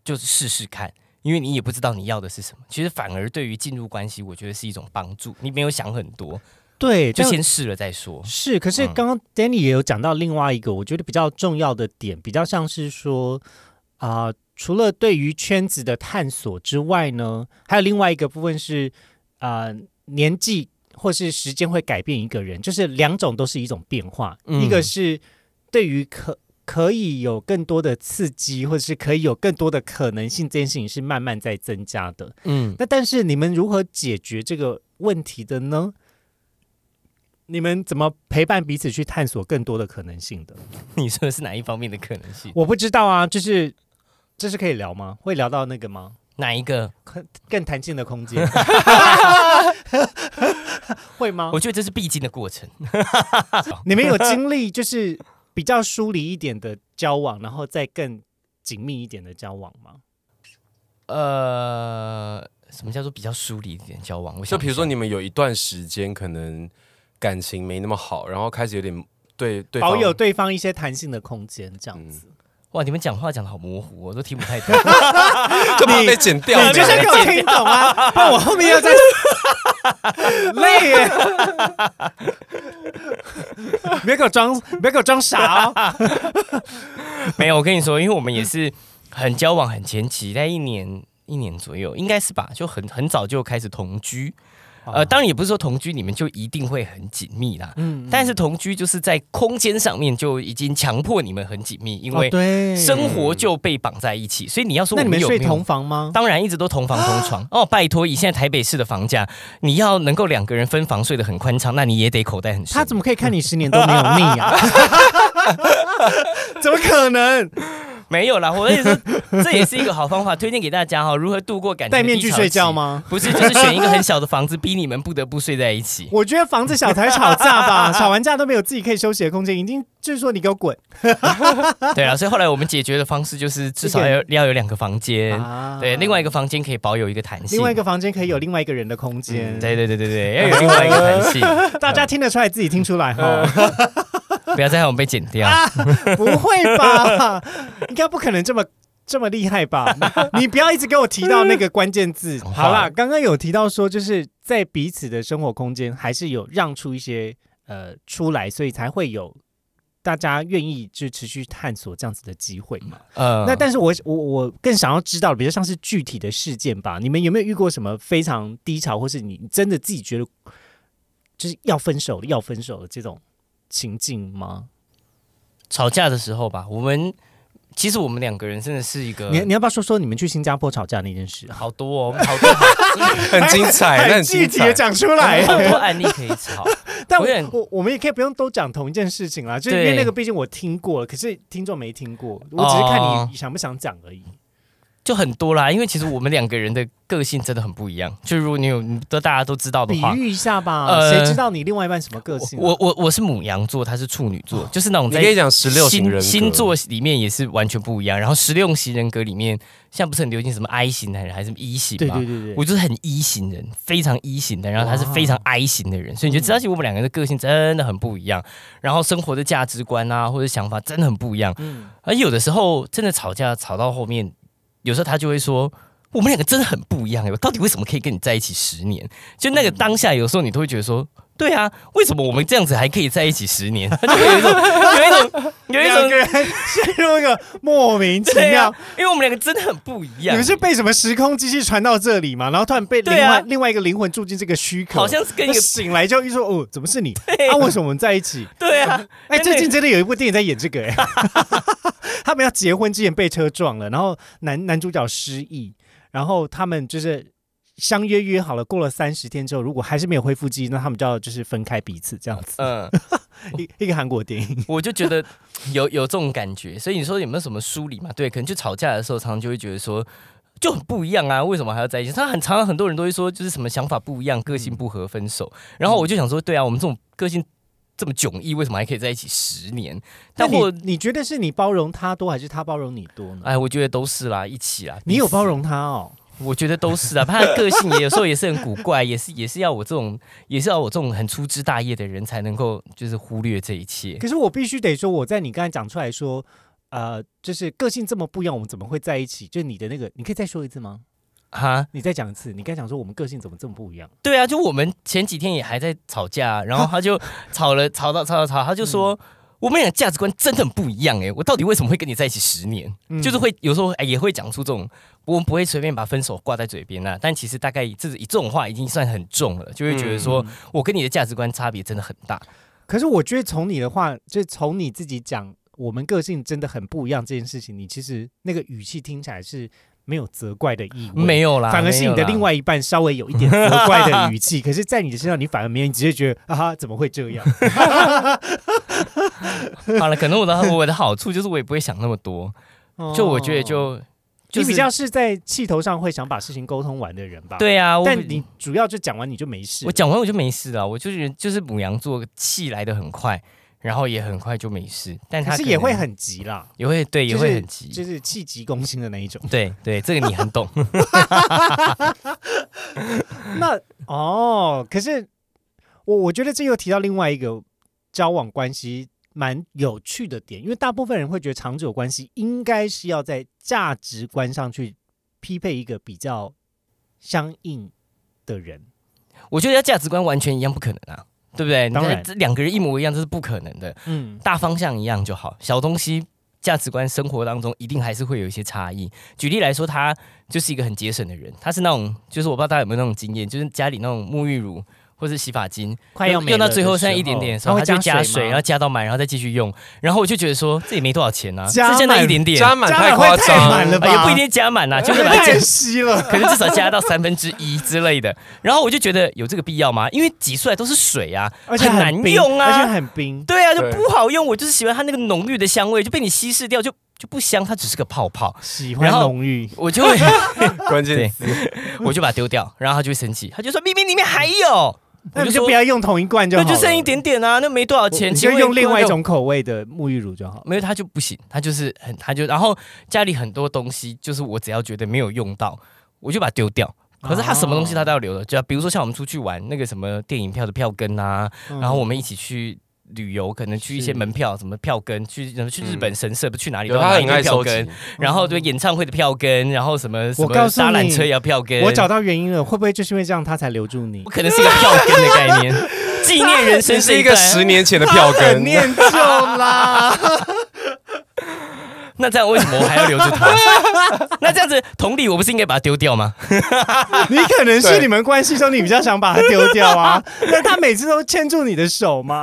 Speaker 3: 就是试试看，因为你也不知道你要的是什么。其实反而对于进入关系，我觉得是一种帮助。你没有想很多，
Speaker 1: 对，
Speaker 3: 就
Speaker 1: 但
Speaker 3: 先试了再说。
Speaker 1: 是，可是
Speaker 3: 嗯
Speaker 1: 刚刚 Danny 也有讲到另外一个，我觉得比较重要的点，比较像是说啊、除了对于圈子的探索之外呢，还有另外一个部分是啊、年纪或是时间会改变一个人，就是两种都是一种变化，
Speaker 3: 嗯
Speaker 1: 一个是对于可。可以有更多的刺激，或者是可以有更多的可能性，这件事情是慢慢在增加的。
Speaker 3: 嗯，
Speaker 1: 那但是你们如何解决这个问题的呢？你们怎么陪伴彼此去探索更多的可能性的？
Speaker 3: 你说的是哪一方面的可能性？
Speaker 1: 我不知道啊，就是这是可以聊吗？会聊到那个吗？
Speaker 3: 哪一个？
Speaker 1: 更弹性的空间， *laughs* 会吗
Speaker 3: 我？觉得这是必经的过程。
Speaker 1: *laughs* 你们有经历就是比较疏离一点的交往，然后再更紧密一点的交往吗？
Speaker 3: 呃，什么叫做比较疏离一点交往？我
Speaker 2: 就
Speaker 3: 想
Speaker 2: 比如说
Speaker 3: 一下
Speaker 2: 你们有一段时间可能感情没那么好，然后开始有点对对方嗯
Speaker 1: 保有对方一些弹性的空间，这样子。
Speaker 3: 哇，你们讲话讲的好模糊、哦，我都听不太懂。 *laughs*
Speaker 2: 就怕被剪掉，
Speaker 1: 你就是要给我听懂
Speaker 3: *laughs*
Speaker 1: 啊，不然我后面要再 *laughs* 累 *laughs* 耶。别给我装，别给我装傻哦。
Speaker 3: 没有，我跟你说，因为我们也是很交往很前期，在一年一年左右，应该是吧，就很很早就开始同居。呃，当然也不是说同居你们就一定会很紧密啦，
Speaker 1: 嗯
Speaker 3: 但是同居就是在空间上面就已经强迫你们很紧密，因为
Speaker 1: 哦对
Speaker 3: 生活就被绑在一起，所以你要说
Speaker 1: 那
Speaker 3: 我
Speaker 1: 你
Speaker 3: 们
Speaker 1: 们
Speaker 3: 有
Speaker 1: 睡
Speaker 3: 没有
Speaker 1: 同房吗？
Speaker 3: 当然一直都同房
Speaker 1: *gasps*
Speaker 3: 同床哦，拜托！以现在台北市的房价，你要能够两个人分房睡得很宽敞，那你也得口袋很深。
Speaker 1: 他怎么可以看你十年都没有腻啊？ *laughs* 怎么可
Speaker 3: 哎
Speaker 1: 能？
Speaker 3: 没有啦？我的意思是，这也是一个好方法，推荐给大家哈、如何度过感情
Speaker 1: 戴面具睡觉？吗？
Speaker 3: 不是，就是选一个很小的房子，逼你们不得不睡在一起。
Speaker 1: 我觉得房子小才吵架 *laughs* 吧，吵完架都没有自己可以休息的空间，已经就是说你给我滚
Speaker 3: 对啊，所以后来我们解决的方式就是至少要要有两个房间，
Speaker 1: 啊
Speaker 3: 对，另外一个房间可以保有一个弹性。
Speaker 1: 另外一个房间可以有另外一个人的空间，
Speaker 3: 对对对对对，要有另外一个弹性，
Speaker 1: 大家听得出来，自己听出来哈。
Speaker 3: 不要再让我们被剪掉。
Speaker 1: 不会吧？应该不可能这么这么厉害 *laughs* 吧？你不要一直给我提到那个关键字。哦好啦，刚刚有提到说，就是在彼此的生活空间还是有让出一些呃出来，所以才会有大家愿意就持续探索这样子的机会嘛。
Speaker 3: 呃
Speaker 1: 那但是我我我更想要知道，比较像是具体的事件吧。你们有没有遇过什么非常低潮，或是你真的自己觉得就是要分手了、要分手的这种情境吗？
Speaker 3: 吵架的时候吧，我们其实我们两个人真的是一个
Speaker 1: 你你要不要说说你们去新加坡吵架那件
Speaker 3: *laughs*
Speaker 1: 事啊？
Speaker 3: 好多哦，我们好多好
Speaker 2: 很精彩，那
Speaker 1: 很
Speaker 2: 很
Speaker 1: 具
Speaker 2: 精
Speaker 1: 体的
Speaker 2: 彩。
Speaker 1: 讲出来。
Speaker 3: 多案例可以吵。
Speaker 1: 但
Speaker 3: 我也
Speaker 1: 我我们也可以不用都讲同一件事情啦，就是因为
Speaker 3: 对
Speaker 1: 那个毕竟我听过了，可是听众没听过，我只是看
Speaker 3: 哦
Speaker 1: 你想不想讲而已。
Speaker 3: 就很多啦，因为其实我们两个人的个性真的很不一样。就如果你有你都大家都知道的
Speaker 1: 比
Speaker 3: 话，
Speaker 1: 喻一下吧，
Speaker 3: 呃
Speaker 1: 谁知道你另外一半什么个性啊？
Speaker 3: 我我我是母羊座，他是处女座，就是那种
Speaker 2: 你
Speaker 3: 在
Speaker 2: 可以讲十六型人格
Speaker 3: 星星座里面也是完全不一样。然后十六型人格里面，现在不是很流行什么 I 型的人还是什么 E 型
Speaker 1: 对
Speaker 3: 吗？
Speaker 1: 对对对，
Speaker 3: 我就是很一型人，非常一型的，然后他是非常 I 型的人，所以你就知道，其实我们两个人的个性真的很不一样，然后生活的价值观啊或者想法真的很不一样，
Speaker 1: 嗯，
Speaker 3: 而有的时候真的吵架吵到后面，有时候他就会说。我们两个真的很不一样哎、我到底为什么可以跟你在一起十年？就那个当下，有时候你都会觉得说，对啊，为什么我们这样子还可以在一起十年？ *laughs* 就有一种有一种有一
Speaker 1: 两
Speaker 3: 种
Speaker 1: 个人陷入一个莫名其
Speaker 3: 对
Speaker 1: 妙
Speaker 3: 啊。，因为我们两个真的很不一
Speaker 1: 你
Speaker 3: 样
Speaker 1: 们。是被什么时空机器传到这里嘛？然后突然被另
Speaker 3: 对
Speaker 1: 外、
Speaker 3: 啊
Speaker 1: 另外一个灵魂住进这个虚壳，
Speaker 3: 好像是跟一
Speaker 1: 那
Speaker 3: 个
Speaker 1: 醒来就一说哦，怎么是你？啊，为什么我们在一
Speaker 3: *laughs*
Speaker 1: 起？
Speaker 3: 对啊，
Speaker 1: 哎，
Speaker 3: 真的
Speaker 1: 最近真的有一部电影在演这个、哎， *laughs* 他们要结婚之前被车撞了，然后男男主角失忆，然后他们就是相约约好了，过了三十天之后，如果还是没有恢复记忆，那他们就要就是分开彼此这样子。
Speaker 3: 嗯，
Speaker 1: 一一个韩国电影，
Speaker 3: 我就觉得有有这种感觉，所以你说有没有什么梳理嘛？对，可能就吵架的时候，常常就会觉得说就很不一样啊，为什么还要在一起？他很常常很多人都会说，就是什么想法不一样，个性不合，分手。然后我就想
Speaker 1: 嗯
Speaker 3: 说，对啊，我们这种个性这么迥异，为什么还可以在一起十年？
Speaker 1: 那
Speaker 3: 但
Speaker 1: 你
Speaker 3: 我
Speaker 1: 你觉得是你包容他多，还是他包容你多呢？
Speaker 3: 哎，我觉得都是啦，一起啦。
Speaker 1: 你有
Speaker 3: 彼此
Speaker 1: 包？容他哦，
Speaker 3: 我觉得都是啊，他的个性也有时候也是很古怪， *laughs* 也是也是要我这种也是要我这种很粗枝大叶的人才能够就是忽略这一切。
Speaker 1: 可是我必须得说，我在你刚才讲出来说，呃，就是个性这么不一样，我们怎么会在一起？就你的那个，你可以再说一次吗？
Speaker 3: 哈，
Speaker 1: 你再讲一次，你刚才讲说我们个性怎么这么不一样？
Speaker 3: 对啊，就我们前几天也还在
Speaker 1: *laughs*
Speaker 3: 吵架，啊然后他就吵了，吵到吵到吵，他就说。
Speaker 1: 嗯
Speaker 3: 我们俩价值观真的很不一样哎、我到底为什么会跟你在一起十年？
Speaker 1: 嗯
Speaker 3: 就是会有时候哎也会讲出这种，我们不会随便把分手挂在嘴边啦、啊但其实大概这这种话已经算很重了，就会觉得
Speaker 1: 嗯
Speaker 3: 说、我跟你的价值观差别真的很大。
Speaker 1: 可是我觉得从你的话，就是从你自己讲，我们个性真的很不一样这件事情，你其实那个语气听起来是没有责怪的意味，
Speaker 3: 没有啦，
Speaker 1: 反而是你的
Speaker 3: 没有啦
Speaker 1: 另外一半稍微有一点责怪的语
Speaker 3: *laughs*
Speaker 1: 气。可是，在你的身上，你反而没有，你直接觉得啊哈，怎么会这样？
Speaker 3: *laughs* 好了，可能我的我的好处就是我也不会想那么多，就我觉得
Speaker 1: *laughs* 哦。
Speaker 3: 就
Speaker 1: 你
Speaker 3: 就是
Speaker 1: 比较是在气头上会想把事情沟通完的人吧？，
Speaker 3: 对啊，我
Speaker 1: 但
Speaker 3: 比
Speaker 1: 你主要就讲完你就没事了。
Speaker 3: 我讲完我就没事了，我就是就是母羊座气来的很快，然后也很快就没事，但他
Speaker 1: 可是
Speaker 3: 能嗯
Speaker 1: 也会很急啦，
Speaker 3: 也会对也
Speaker 1: 就是
Speaker 3: 会很急，
Speaker 1: 就是气急攻心的那一
Speaker 3: *laughs*
Speaker 1: 种。
Speaker 3: 对对，这个你很懂， *laughs*
Speaker 1: 那哦，可是我我觉得这又提到另外一个交往关系蛮有趣的点，因为大部分人会觉得长久关系应该是要在价值观上去匹配一个比较相应的人。
Speaker 3: 我觉得要价值观完全一样不可能啊，对不对？
Speaker 1: 当然
Speaker 3: 你看这两个人一模一样这是不可能的，
Speaker 1: 嗯，
Speaker 3: 大方向一样就好，小东西。价值观、生活当中一定还是会有一些差异。举例来说，他就是一个很节省的人，他是那种，就是我不知道大家有没有那种经验，就是家里那种沐浴乳或是洗发精，
Speaker 1: 快要没
Speaker 3: 用到
Speaker 1: 了
Speaker 3: 最
Speaker 1: 的
Speaker 3: 后
Speaker 1: 时
Speaker 3: 剩下一点
Speaker 1: 候
Speaker 3: 点的时
Speaker 1: 它
Speaker 3: 候，
Speaker 1: 会
Speaker 3: 他就加
Speaker 1: 吗
Speaker 3: 水，然后加到满，然后再继续用。然后我就觉得说，这也没多少钱啊，
Speaker 1: 加
Speaker 3: 剩下那
Speaker 1: 满
Speaker 3: 一点点，
Speaker 2: 加满
Speaker 1: 加
Speaker 2: 太
Speaker 1: 满
Speaker 2: 夸
Speaker 1: 会太满
Speaker 2: 张
Speaker 1: 了，
Speaker 3: 啊也不
Speaker 1: 吧
Speaker 3: 一定加满啦，就是把它
Speaker 1: 太
Speaker 3: 加，
Speaker 1: 稀了。
Speaker 3: 可能至少加到三分之一之类的。然后我就觉得有这个必要吗？因为挤出来都是水啊，
Speaker 1: 而且
Speaker 3: 很难
Speaker 1: 冰
Speaker 3: 用
Speaker 1: 而且
Speaker 3: 啊，
Speaker 1: 很冰。
Speaker 3: 对啊，就
Speaker 2: 对
Speaker 3: 不好用。我就是喜欢它那个浓郁的香味，就被你稀释掉，就就不香，它只是个泡泡。
Speaker 1: 喜欢
Speaker 3: 然后
Speaker 1: 浓郁，*laughs*
Speaker 3: 我就会，
Speaker 2: 关键词
Speaker 3: 我就把它丢掉，然后他就会生气，他就说明明里面还有，
Speaker 1: 那你
Speaker 3: 我就
Speaker 1: 就
Speaker 3: 说
Speaker 1: 不要用同一罐就好
Speaker 3: 那
Speaker 1: 了，
Speaker 3: 就剩一点点啊，那没多少钱，
Speaker 1: 你
Speaker 3: 请
Speaker 1: 就
Speaker 3: 问
Speaker 1: 用另外一
Speaker 3: 各位
Speaker 1: 种口味的沐浴乳就好了。
Speaker 3: 没有他就不行，他就是很他就然后家里很多东西，就是我只要觉得没有用到，我就把它丢掉。可是他什么
Speaker 2: 哦
Speaker 3: 东西他都要留的，就比如说像我们出去玩那个什么电影票的票根啊，
Speaker 1: 嗯
Speaker 3: 然后我们一起去。旅游可能去一些
Speaker 1: 是
Speaker 3: 门票，什么票根，去什么去日本神社，不、去哪里都
Speaker 2: 嗯有
Speaker 3: 要
Speaker 2: 他
Speaker 3: 买一
Speaker 2: 很
Speaker 3: 堆
Speaker 2: 爱
Speaker 3: 票
Speaker 2: 收集嗯
Speaker 3: 根，， *laughs* 然后对演唱会的票根，然后什么什
Speaker 1: 我告
Speaker 3: 么
Speaker 1: 诉
Speaker 3: 搭缆
Speaker 1: 你
Speaker 3: 车也要票根，
Speaker 1: 我找到原因了，会不会就是因为这样他才留住你
Speaker 3: *laughs* 我？可能是一个票根的
Speaker 2: *laughs*
Speaker 3: 概念，纪念人生
Speaker 2: 这是一
Speaker 3: 段
Speaker 2: 个十年前的票
Speaker 1: 他
Speaker 2: 根
Speaker 3: *laughs*
Speaker 1: 很，念旧啦，
Speaker 3: 那这样为什么我还要留住他？ *laughs* 那这样子，同理，我不是应该把它丢掉吗？
Speaker 1: *laughs* 你可能是你们关系中你比较想把它丢掉啊，那他每次都牵住你的手
Speaker 3: *laughs*
Speaker 1: 吗？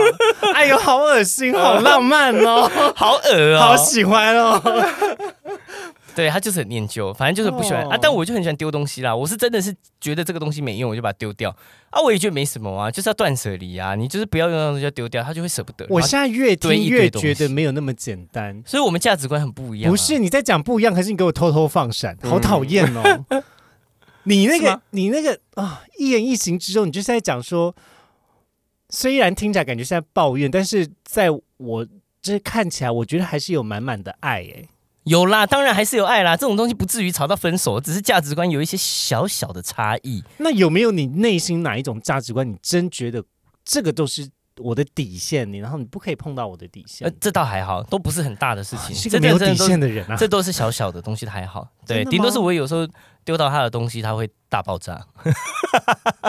Speaker 1: 哎呦，好恶心，好浪漫哦，
Speaker 3: 好恶
Speaker 1: 好
Speaker 3: 哦、
Speaker 1: 喜欢哦。
Speaker 3: 对他就是很念旧，反正就是不喜欢、
Speaker 1: 哦
Speaker 3: 啊。但我就很喜欢丢东西啦，我是真的是觉得这个东西没用，我就把它丢掉啊。我也觉得没什么啊，就是要断舍离啊。你就是不要用到东西就丢掉，他就会舍不得。
Speaker 1: 我
Speaker 3: 然后
Speaker 1: 现在越
Speaker 3: 堆
Speaker 1: 听
Speaker 3: 一
Speaker 1: 越
Speaker 3: 堆东西
Speaker 1: 觉得没有那么简单。
Speaker 3: 所以我们价值观很不一样、啊嗯
Speaker 1: 不，是你在讲不一样，可是你给我偷偷放闪，好讨厌哦！
Speaker 3: *laughs*
Speaker 1: 你那
Speaker 3: 是
Speaker 1: 个
Speaker 3: 吗，
Speaker 1: 你那个啊，一言一行之中，你就是在讲说，虽然听起来感觉是在抱怨，但是在我这看起来，我觉得还是有满满的爱哎。
Speaker 3: 有啦，当然还是有爱啦。这种东西不至于吵到分手，只是价值观有一些小小的差异。
Speaker 1: 那有没有你内心哪一种价值观，你真觉得这个都是我的底线你，然后你不可以碰到我的底线。
Speaker 3: 呃，这倒还好，都不是很大的事
Speaker 1: 你
Speaker 3: 情，
Speaker 1: 啊是
Speaker 3: 这
Speaker 1: 个没有
Speaker 3: 真的
Speaker 1: 底
Speaker 3: 都
Speaker 1: 线的人啊！
Speaker 3: 这都是小小的东西，还好。对，
Speaker 1: 真的吗
Speaker 3: 顶多是我有时候丢到他的东西，他会大爆炸，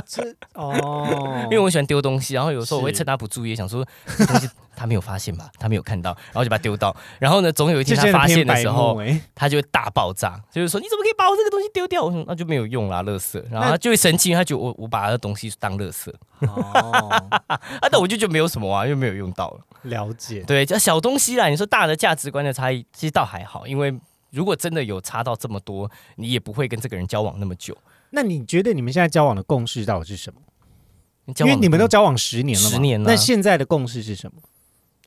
Speaker 1: 这哦， *laughs*
Speaker 3: 因为我喜欢丢东西，然后有时候我会
Speaker 1: 是
Speaker 3: 趁他不注意，想说这东
Speaker 1: *laughs*
Speaker 3: 西他没有发现吧，他没有看到， *laughs* 然后就把它丢到，然后呢，总有一
Speaker 1: 这
Speaker 3: 天他
Speaker 1: 些人
Speaker 3: 发现
Speaker 1: 偏
Speaker 3: 的
Speaker 1: 白
Speaker 3: 时
Speaker 1: 目
Speaker 3: 候，
Speaker 1: 欸
Speaker 3: 他就会大爆炸，就是说你怎么可以把我这个东西丢掉？我说那就没有用啦，垃圾。然后他就会生气，因为他觉得我我把他的东西当垃圾， *laughs*
Speaker 1: 哦，
Speaker 3: 啊，但我就觉得没有什么啊，又没有用到了。
Speaker 1: *laughs* 了解。
Speaker 3: 对，这小东西啦，你说大的价值观的差异，其实倒还好，因为如果真的有差到这么多，你也不会跟这个人交往那么久。
Speaker 1: 那你觉得你们现在交往的共识到底是什么？
Speaker 3: 交
Speaker 1: 因
Speaker 3: 往
Speaker 1: 为你们都
Speaker 3: 的
Speaker 1: 交往十年了嘛，
Speaker 3: 十年了
Speaker 1: 那现在的共识是什么？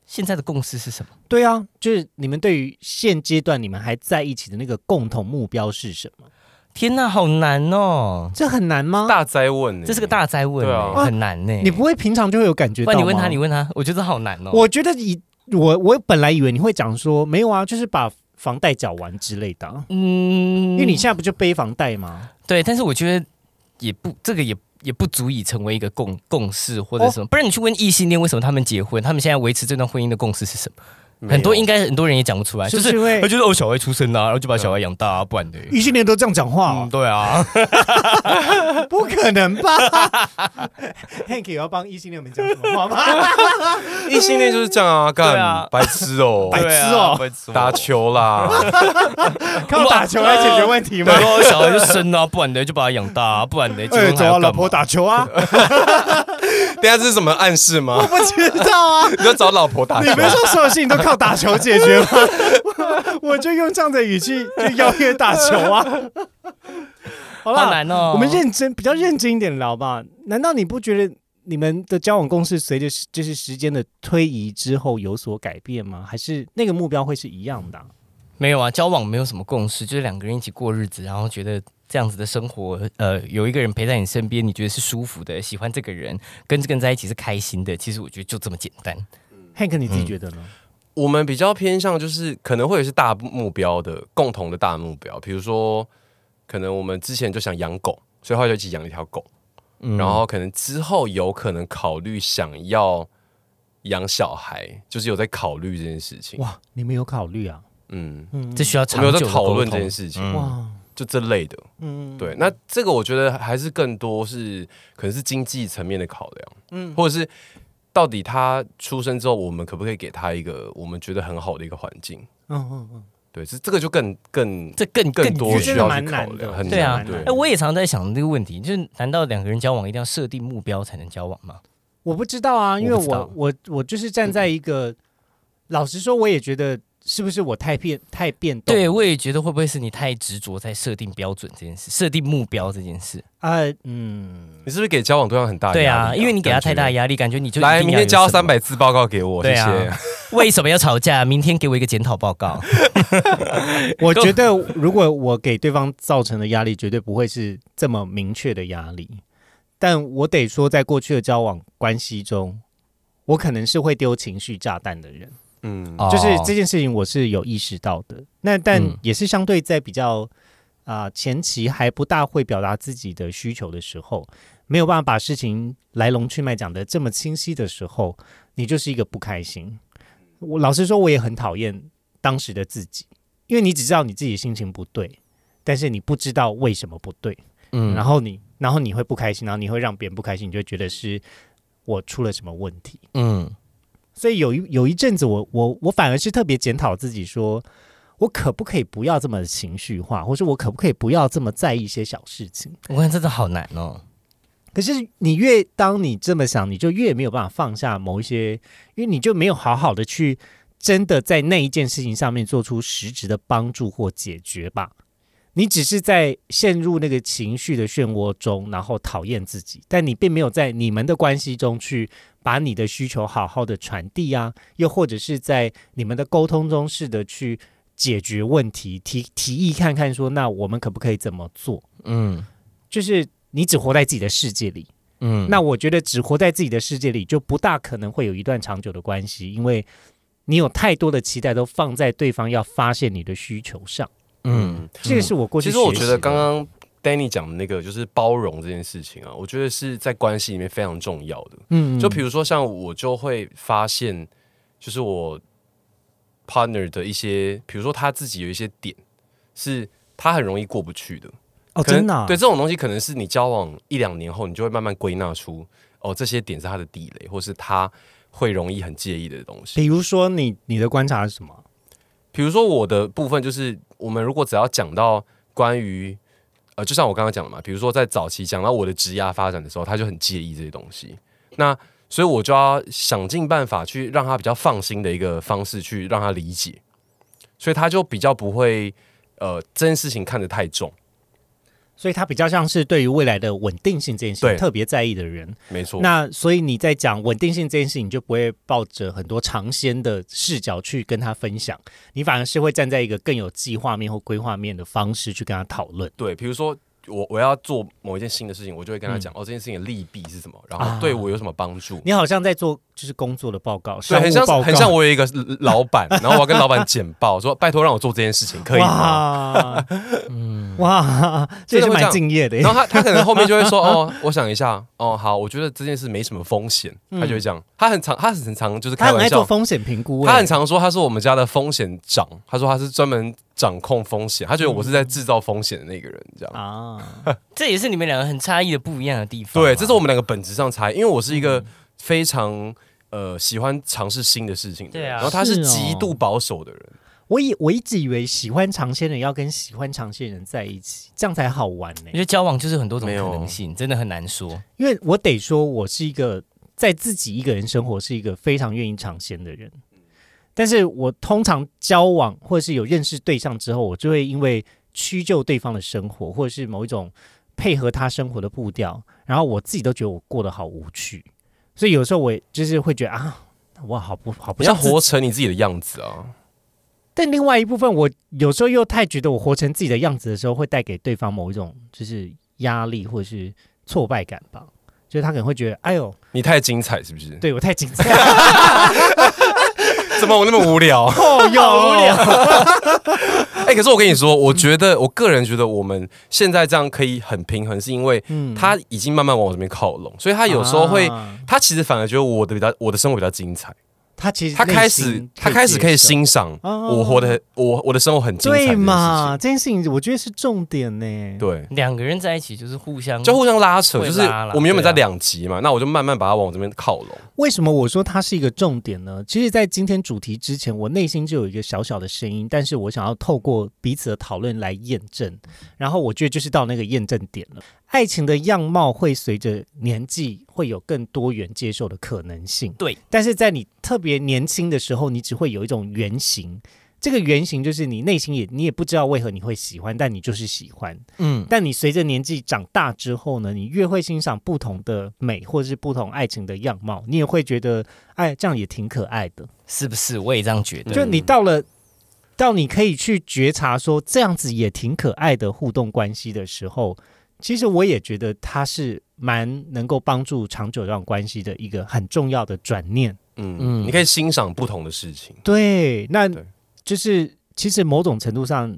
Speaker 3: 现在的共识是什么？
Speaker 1: 对啊，就是你们对于现阶段你们还在一起的那个共同目标是什么？
Speaker 3: 天哪，好难哦，
Speaker 1: 这很难吗？
Speaker 2: 大灾问、欸，
Speaker 3: 这是个大灾问、
Speaker 2: 对
Speaker 3: 欸，
Speaker 2: 啊
Speaker 3: 很难呢、
Speaker 1: 你不会平常就会有感觉
Speaker 3: 不
Speaker 1: 到吗？
Speaker 3: 然你问他，你问他，我觉得好难哦。
Speaker 1: 我觉得以我我本来以为你会讲说没有啊，就是把房贷缴完之类的啊，
Speaker 3: 嗯，
Speaker 1: 因为你现在不就背房贷吗？
Speaker 3: 对，但是我觉得也不这个也。也不足以成为一个共共识或者
Speaker 1: 哦
Speaker 3: 什么，不然你去问异性恋为什么他们结婚，他们现在维持这段婚姻的共识是什么？
Speaker 2: 没有
Speaker 3: 很多应该很多人也讲不出来，
Speaker 1: 是不
Speaker 3: 就是
Speaker 1: 是因为
Speaker 3: 他觉得哦，小孩出生啊，然后就把小孩养大啊，不然的。
Speaker 1: 异性恋都这样讲话、
Speaker 3: 嗯，
Speaker 1: 哦？
Speaker 3: 对啊，嗯
Speaker 1: 不可能
Speaker 3: *laughs*
Speaker 1: 吧 *laughs* ？Hank 有要帮异性恋们讲什么话
Speaker 3: *laughs*
Speaker 1: 吗？
Speaker 2: 异性恋就是这样啊，干、
Speaker 3: 对啊
Speaker 2: 白痴
Speaker 1: *laughs*
Speaker 2: 哦、
Speaker 1: 白痴哦
Speaker 3: 白痴
Speaker 2: 打球啦， *laughs*
Speaker 1: 靠打球来解决问题吗
Speaker 3: 对？啊，小孩就生啊，不然的就把他养大啊，不然的结
Speaker 1: 哎，
Speaker 3: 婚还
Speaker 1: 走
Speaker 3: 要
Speaker 1: 啊，
Speaker 3: 干嘛
Speaker 1: 老婆打球啊！
Speaker 2: 等一下这是什么暗示
Speaker 1: 我
Speaker 2: 吗？
Speaker 1: 不知道啊，
Speaker 2: *laughs* 你要找老婆打
Speaker 1: 你
Speaker 2: 球，
Speaker 1: 不是说所有事情都靠打球解 *laughs* 决吗？我就用这样的语气去邀约打球啊！好
Speaker 3: 好
Speaker 1: 啦，
Speaker 3: 难哦。
Speaker 1: 我们认真比较认真一点聊吧。难道你不觉得你们的交往共识随着时就是时间的推移之后有所改变吗？还是那个目标会是一样的啊、
Speaker 3: 没有啊，交往没有什么共识，就是两个人一起过日子，然后觉得这样子的生活，呃，有一个人陪在你身边，你觉得是舒服的，喜欢这个人，跟这个人在一起是开心的。其实我觉得就这么简单。
Speaker 1: Hank，你自己觉得呢？
Speaker 2: 我们比较偏向就是可能会有一些大目标的共同的大目标，比如说可能我们之前就想养狗，所以后来就一起养了一条狗，
Speaker 3: 嗯
Speaker 2: 然后可能之后有可能考虑想要养小孩，就是有在考虑这件事情。
Speaker 1: 哇，你们有考虑啊？
Speaker 2: 嗯，
Speaker 1: 嗯，
Speaker 3: 这需要
Speaker 2: 我
Speaker 3: 长
Speaker 2: 们
Speaker 3: 久
Speaker 2: 有
Speaker 3: 的
Speaker 2: 在讨论
Speaker 3: 沟
Speaker 2: 这
Speaker 3: 通
Speaker 2: 件事情，
Speaker 3: 嗯
Speaker 1: 哇，
Speaker 2: 就这类的。
Speaker 1: 嗯，
Speaker 2: 对，那这个我觉得还是更多是可能是经济层面的考量，嗯，或者是到底他出生之后，我们可不可以给他一个我们觉得很好的一个环境？
Speaker 1: 嗯嗯嗯，
Speaker 2: 对，这这个就更更
Speaker 3: 这更
Speaker 2: 更多
Speaker 1: 远
Speaker 2: 需
Speaker 1: 真
Speaker 2: 要去
Speaker 1: 的蛮
Speaker 2: 考
Speaker 1: 难的
Speaker 2: 量，很
Speaker 3: 对啊
Speaker 2: 难。对
Speaker 3: 哎、，我也常在想这个问题，就是难道两个人交往一定要设定目标才能交往吗？
Speaker 1: 我不知道啊，因为
Speaker 3: 我
Speaker 1: 我
Speaker 3: 不知道嗯
Speaker 1: 我我就是站在一个，老实说，我也觉得是不是我太变太变动？
Speaker 3: 对，我也觉得会不会是你太执着在设定标准这件事，设定目标这件事？
Speaker 1: 啊、嗯，
Speaker 2: 你是不是给交往对象很大压力？
Speaker 3: 对啊，因为你给他太大
Speaker 2: 力。
Speaker 3: 压力，感觉你就
Speaker 2: 来，明天交三
Speaker 3: 百。
Speaker 2: 百字报告给我，谢
Speaker 3: 对啊
Speaker 2: 谢。
Speaker 3: 为什么要吵架？明天给我一个检讨报 *laughs* 告。
Speaker 1: 我觉得如果我给对方造成的压力，绝对不会是这么明确的压力。但我得说，在过去的交往关系中，我可能是会丢情绪炸弹的人，
Speaker 2: 嗯，
Speaker 1: 就是这件事情我是有意识到的。那但
Speaker 3: 哦嗯
Speaker 1: 也是相对在比较啊、前期还不大会表达自己的需求的时候，没有办法把事情来龙去脉讲得这么清晰的时候，你就是一个不开心。我老实说，我也很讨厌当时的自己，因为你只知道你自己心情不对，但是你不知道为什么不对，
Speaker 3: 嗯
Speaker 1: 然后你然后你会不开心，然后你会让别人不开心，你就会觉得是我出了什么问题。
Speaker 3: 嗯
Speaker 1: 所以有一有一阵子我，我我反而是特别检讨自己说，我可不可以不要这么情绪化，或者我可不可以不要这么在意一些小事情？
Speaker 3: 我看真的好难哦。
Speaker 1: 可是你越当你这么想，你就越没有办法放下某一些，因为你就没有好好的去真的在那一件事情上面做出实质的帮助或解决吧。你只是在陷入那个情绪的漩涡中，然后讨厌自己，但你并没有在你们的关系中去把你的需求好好的传递啊，又或者是在你们的沟通中试着去解决问题，提提议看看说，那我们可不可以怎么做？
Speaker 3: 嗯
Speaker 1: 就是你只活在自己的世界里，
Speaker 3: 嗯
Speaker 1: 那我觉得只活在自己的世界里，就不大可能会有一段长久的关系，因为你有太多的期待都放在对方要发现你的需求上。
Speaker 3: 嗯
Speaker 1: 这个是我过去
Speaker 2: 其
Speaker 1: 学
Speaker 2: 实
Speaker 1: 习的。
Speaker 2: 我觉得刚刚 Danny 讲的那个，就是包容这件事情啊，我觉得是在关系里面非常重要的。
Speaker 1: 嗯，
Speaker 2: 就比如说像我就会发现，就是我 partner 的一些，比如说他自己有一些点是他很容易过不去的，
Speaker 1: 哦，
Speaker 2: 可能
Speaker 1: 真的啊、
Speaker 2: 对这种东西，可能是你交往一两年后，你就会慢慢归纳出，哦，这些点是他的地雷，或是他会容易很介意的东西。
Speaker 1: 比如说你你的观察是什么？
Speaker 2: 比如说我的部分就是，我们如果只要讲到关于，呃，就像我刚刚讲的嘛，比如说在早期讲到我的职涯发展的时候，他就很介意这些东西。那所以我就要想尽办法去让他比较放心的一个方式去让他理解，所以他就比较不会呃这件事情看得太重。
Speaker 1: 所以他比较像是对于未来的稳定性这件事情
Speaker 2: 对
Speaker 1: 特别在意的人。
Speaker 2: 没错，
Speaker 1: 那所以你在讲稳定性这件事情，你就不会抱着很多尝鲜的视角去跟他分享，你反而是会站在一个更有计划面或规划面的方式去跟他讨论。
Speaker 2: 对，比如说我我要做某一件新的事情，我就会跟他讲、哦，这件事情的利弊是什么，
Speaker 1: 嗯
Speaker 2: 然
Speaker 1: 啊
Speaker 2: 后对我有什么帮助。
Speaker 1: 你好像在做就是工作的报告，
Speaker 2: 对，
Speaker 1: 商
Speaker 2: 很
Speaker 1: 务
Speaker 2: 像
Speaker 1: 报告，
Speaker 2: 很像我有一个老板，然后我要跟老板简报说，拜托让我做这件事情，可以吗？
Speaker 1: 哇，嗯，哇，这也是
Speaker 2: 真的会这
Speaker 1: 蛮
Speaker 2: 样
Speaker 1: 敬业的耶
Speaker 2: 然。后他他可能后面就会说，哦，我想一下，哦，好，我觉得这件事没什么风险，他就会讲，他很常他很常就是
Speaker 1: 嗯他
Speaker 2: 开
Speaker 1: 很爱
Speaker 2: 玩
Speaker 1: 做
Speaker 2: 笑，
Speaker 1: 风险评估耶，
Speaker 2: 他很常说他是我们家的风险长，他说他是专门掌控风险，他觉得我是在制造风险的那个人，这样。
Speaker 1: 啊，
Speaker 3: 这也是你们两个很差异的不一样的地方啊。
Speaker 2: 对，这是我们两个本质上差异，因为我是一
Speaker 1: 嗯
Speaker 2: 个非常呃喜欢尝试新的事情的人，
Speaker 3: 对啊
Speaker 2: 然后他是
Speaker 1: 是哦
Speaker 2: 极度保守的人，
Speaker 1: 我以我一直以为喜欢尝鲜人要跟喜欢尝鲜人在一起，这样才好玩呢、
Speaker 3: 我觉得交往就是很多种
Speaker 2: 没有
Speaker 3: 可能性，真的很难说。
Speaker 1: 因为我得说，我是一个在自己一个人生活是一个非常愿意尝鲜的人，但是我通常交往或者是有认识对象之后，我就会因为屈就对方的生活，或者是某一种配合他生活的步调，然后我自己都觉得我过得好无趣，所以有时候我就是会觉得啊，我好不好不
Speaker 2: 你要
Speaker 1: 像自己
Speaker 2: 活成你自己的样子啊。
Speaker 1: 但另外一部分，我有时候又太觉得我活成自己的样子的时候，会带给对方某一种就是压力或者是挫败感吧。就是他可能会觉得，哎呦，
Speaker 2: 你太精彩是不是？
Speaker 1: 对我太紧 *laughs* 张了，
Speaker 2: 怎么我那么无聊？ *laughs*
Speaker 1: 好无聊。
Speaker 2: 哎、可是我跟你说，我觉得我个人觉得我们现在这样可以很平衡，是因为
Speaker 1: 嗯
Speaker 2: 他已经慢慢往我这边靠拢，所以他有时候会，
Speaker 1: 啊
Speaker 2: 他其实反而觉得我的比较我的生活比较精彩，
Speaker 1: 他其实
Speaker 2: 他开
Speaker 1: 内
Speaker 2: 始
Speaker 1: 心
Speaker 2: 他开始可
Speaker 1: 接
Speaker 2: 以
Speaker 1: 受
Speaker 2: 欣赏
Speaker 1: 哦
Speaker 2: 我活得我我的生活很精彩
Speaker 1: 对
Speaker 2: 这件事情
Speaker 1: 嘛？？这件事情我觉得是重点呢。
Speaker 2: 对。
Speaker 3: 两个人在一起就是互相，
Speaker 2: 就互相拉扯，
Speaker 3: 会
Speaker 2: 就是
Speaker 3: 拉啦
Speaker 2: 我们原本在
Speaker 3: 对
Speaker 2: 两集嘛，那我就慢慢把它往我这边靠拢。
Speaker 1: 为什么我说它是一个重点呢？其实，在今天主题之前，我内心就有一个小小的声音，但是我想要透过彼此的讨论来验证。然后，我觉得就是到那个验证点了。爱情的样貌会随着年纪会有更多元接受的可能性。
Speaker 3: 对，
Speaker 1: 但是在你特别年轻的时候，你只会有一种原型。这个原型就是你内心也你也不知道为何你会喜欢，但你就是喜欢。
Speaker 3: 嗯，
Speaker 1: 但你随着年纪长大之后呢，你越会欣赏不同的美，或者是不同爱情的样貌，你也会觉得，哎，这样也挺可爱的。
Speaker 3: 是不是？我也这样觉得。
Speaker 1: 就你到了。到你可以去觉察说这样子也挺可爱的互动关系的时候，其实我也觉得它是蛮能够帮助长久这段关系的一个很重要的转念。
Speaker 2: 嗯
Speaker 3: 嗯
Speaker 2: 嗯，你可以欣赏不同的事情。
Speaker 1: 对，那
Speaker 2: 对
Speaker 1: 就是其实某种程度上，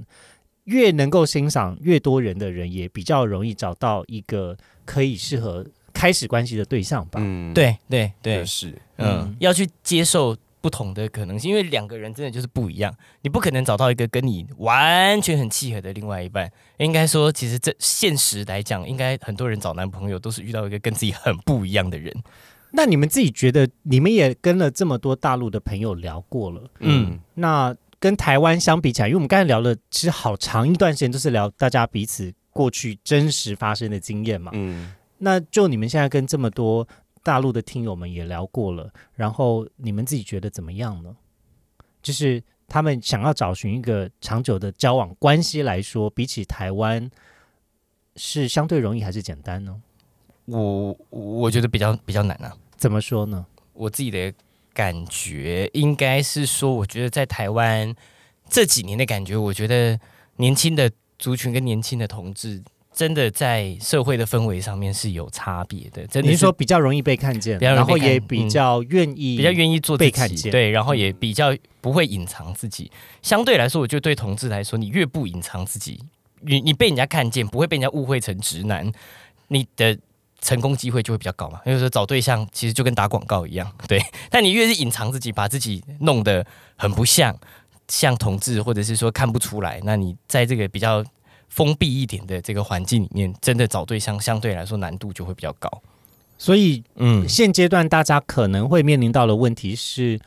Speaker 1: 越能够欣赏越多人的人，也比较容易找到一个可以适合开始关系的对象吧。
Speaker 2: 嗯，
Speaker 3: 对对对
Speaker 2: 也，是。
Speaker 3: 嗯，要去接受不同的可能性，因为两个人真的就是不一样，你不可能找到一个跟你完全很契合的另外一半。应该说，其实这现实来讲，应该很多人找男朋友都是遇到一个跟自己很不一样的人。
Speaker 1: 那你们自己觉得，你们也跟了这么多大陆的朋友聊过了，
Speaker 2: 嗯，
Speaker 1: 那跟台湾相比起来，因为我们刚才聊了，其实好长一段时间都是聊大家彼此过去真实发生的经验嘛。
Speaker 2: 嗯，
Speaker 1: 那就你们现在跟这么多大陆的听友们也聊过了，然后你们自己觉得怎么样呢？就是他们想要找寻一个长久的交往关系来说，比起台湾是相对容易还是简单呢？
Speaker 3: 我我觉得比较比较难啊，
Speaker 1: 怎么说呢？
Speaker 3: 我自己的感觉应该是说，我觉得在台湾这几年的感觉，我觉得年轻的族群跟年轻的同志。真的在社会的氛围上面是有差别的，真的
Speaker 1: 你
Speaker 3: 是
Speaker 1: 是说比较容易被看见，
Speaker 3: 比较容
Speaker 1: 然
Speaker 3: 易被
Speaker 1: 后
Speaker 3: 看嗯
Speaker 1: 也比较愿意，
Speaker 3: 比较愿意做自
Speaker 1: 被
Speaker 3: 己，
Speaker 1: 看见嗯
Speaker 3: 对，然后也比较不会隐藏自己。相对来说，我觉得对同志来说，你越不隐藏自己，你你被人家看见，不会被人家误会成直男，你的成功机会就会比较高嘛。因为说找对象其实就跟打广告一样，对。 *laughs* 但你越是隐藏自己，把自己弄得很不像像同志，或者是说看不出来，那你在这个比较封闭一点的这个环境里面，真的找对象相对来说难度就会比较高。
Speaker 1: 所以
Speaker 3: 嗯，
Speaker 1: 现阶段大家可能会面临到的问题是，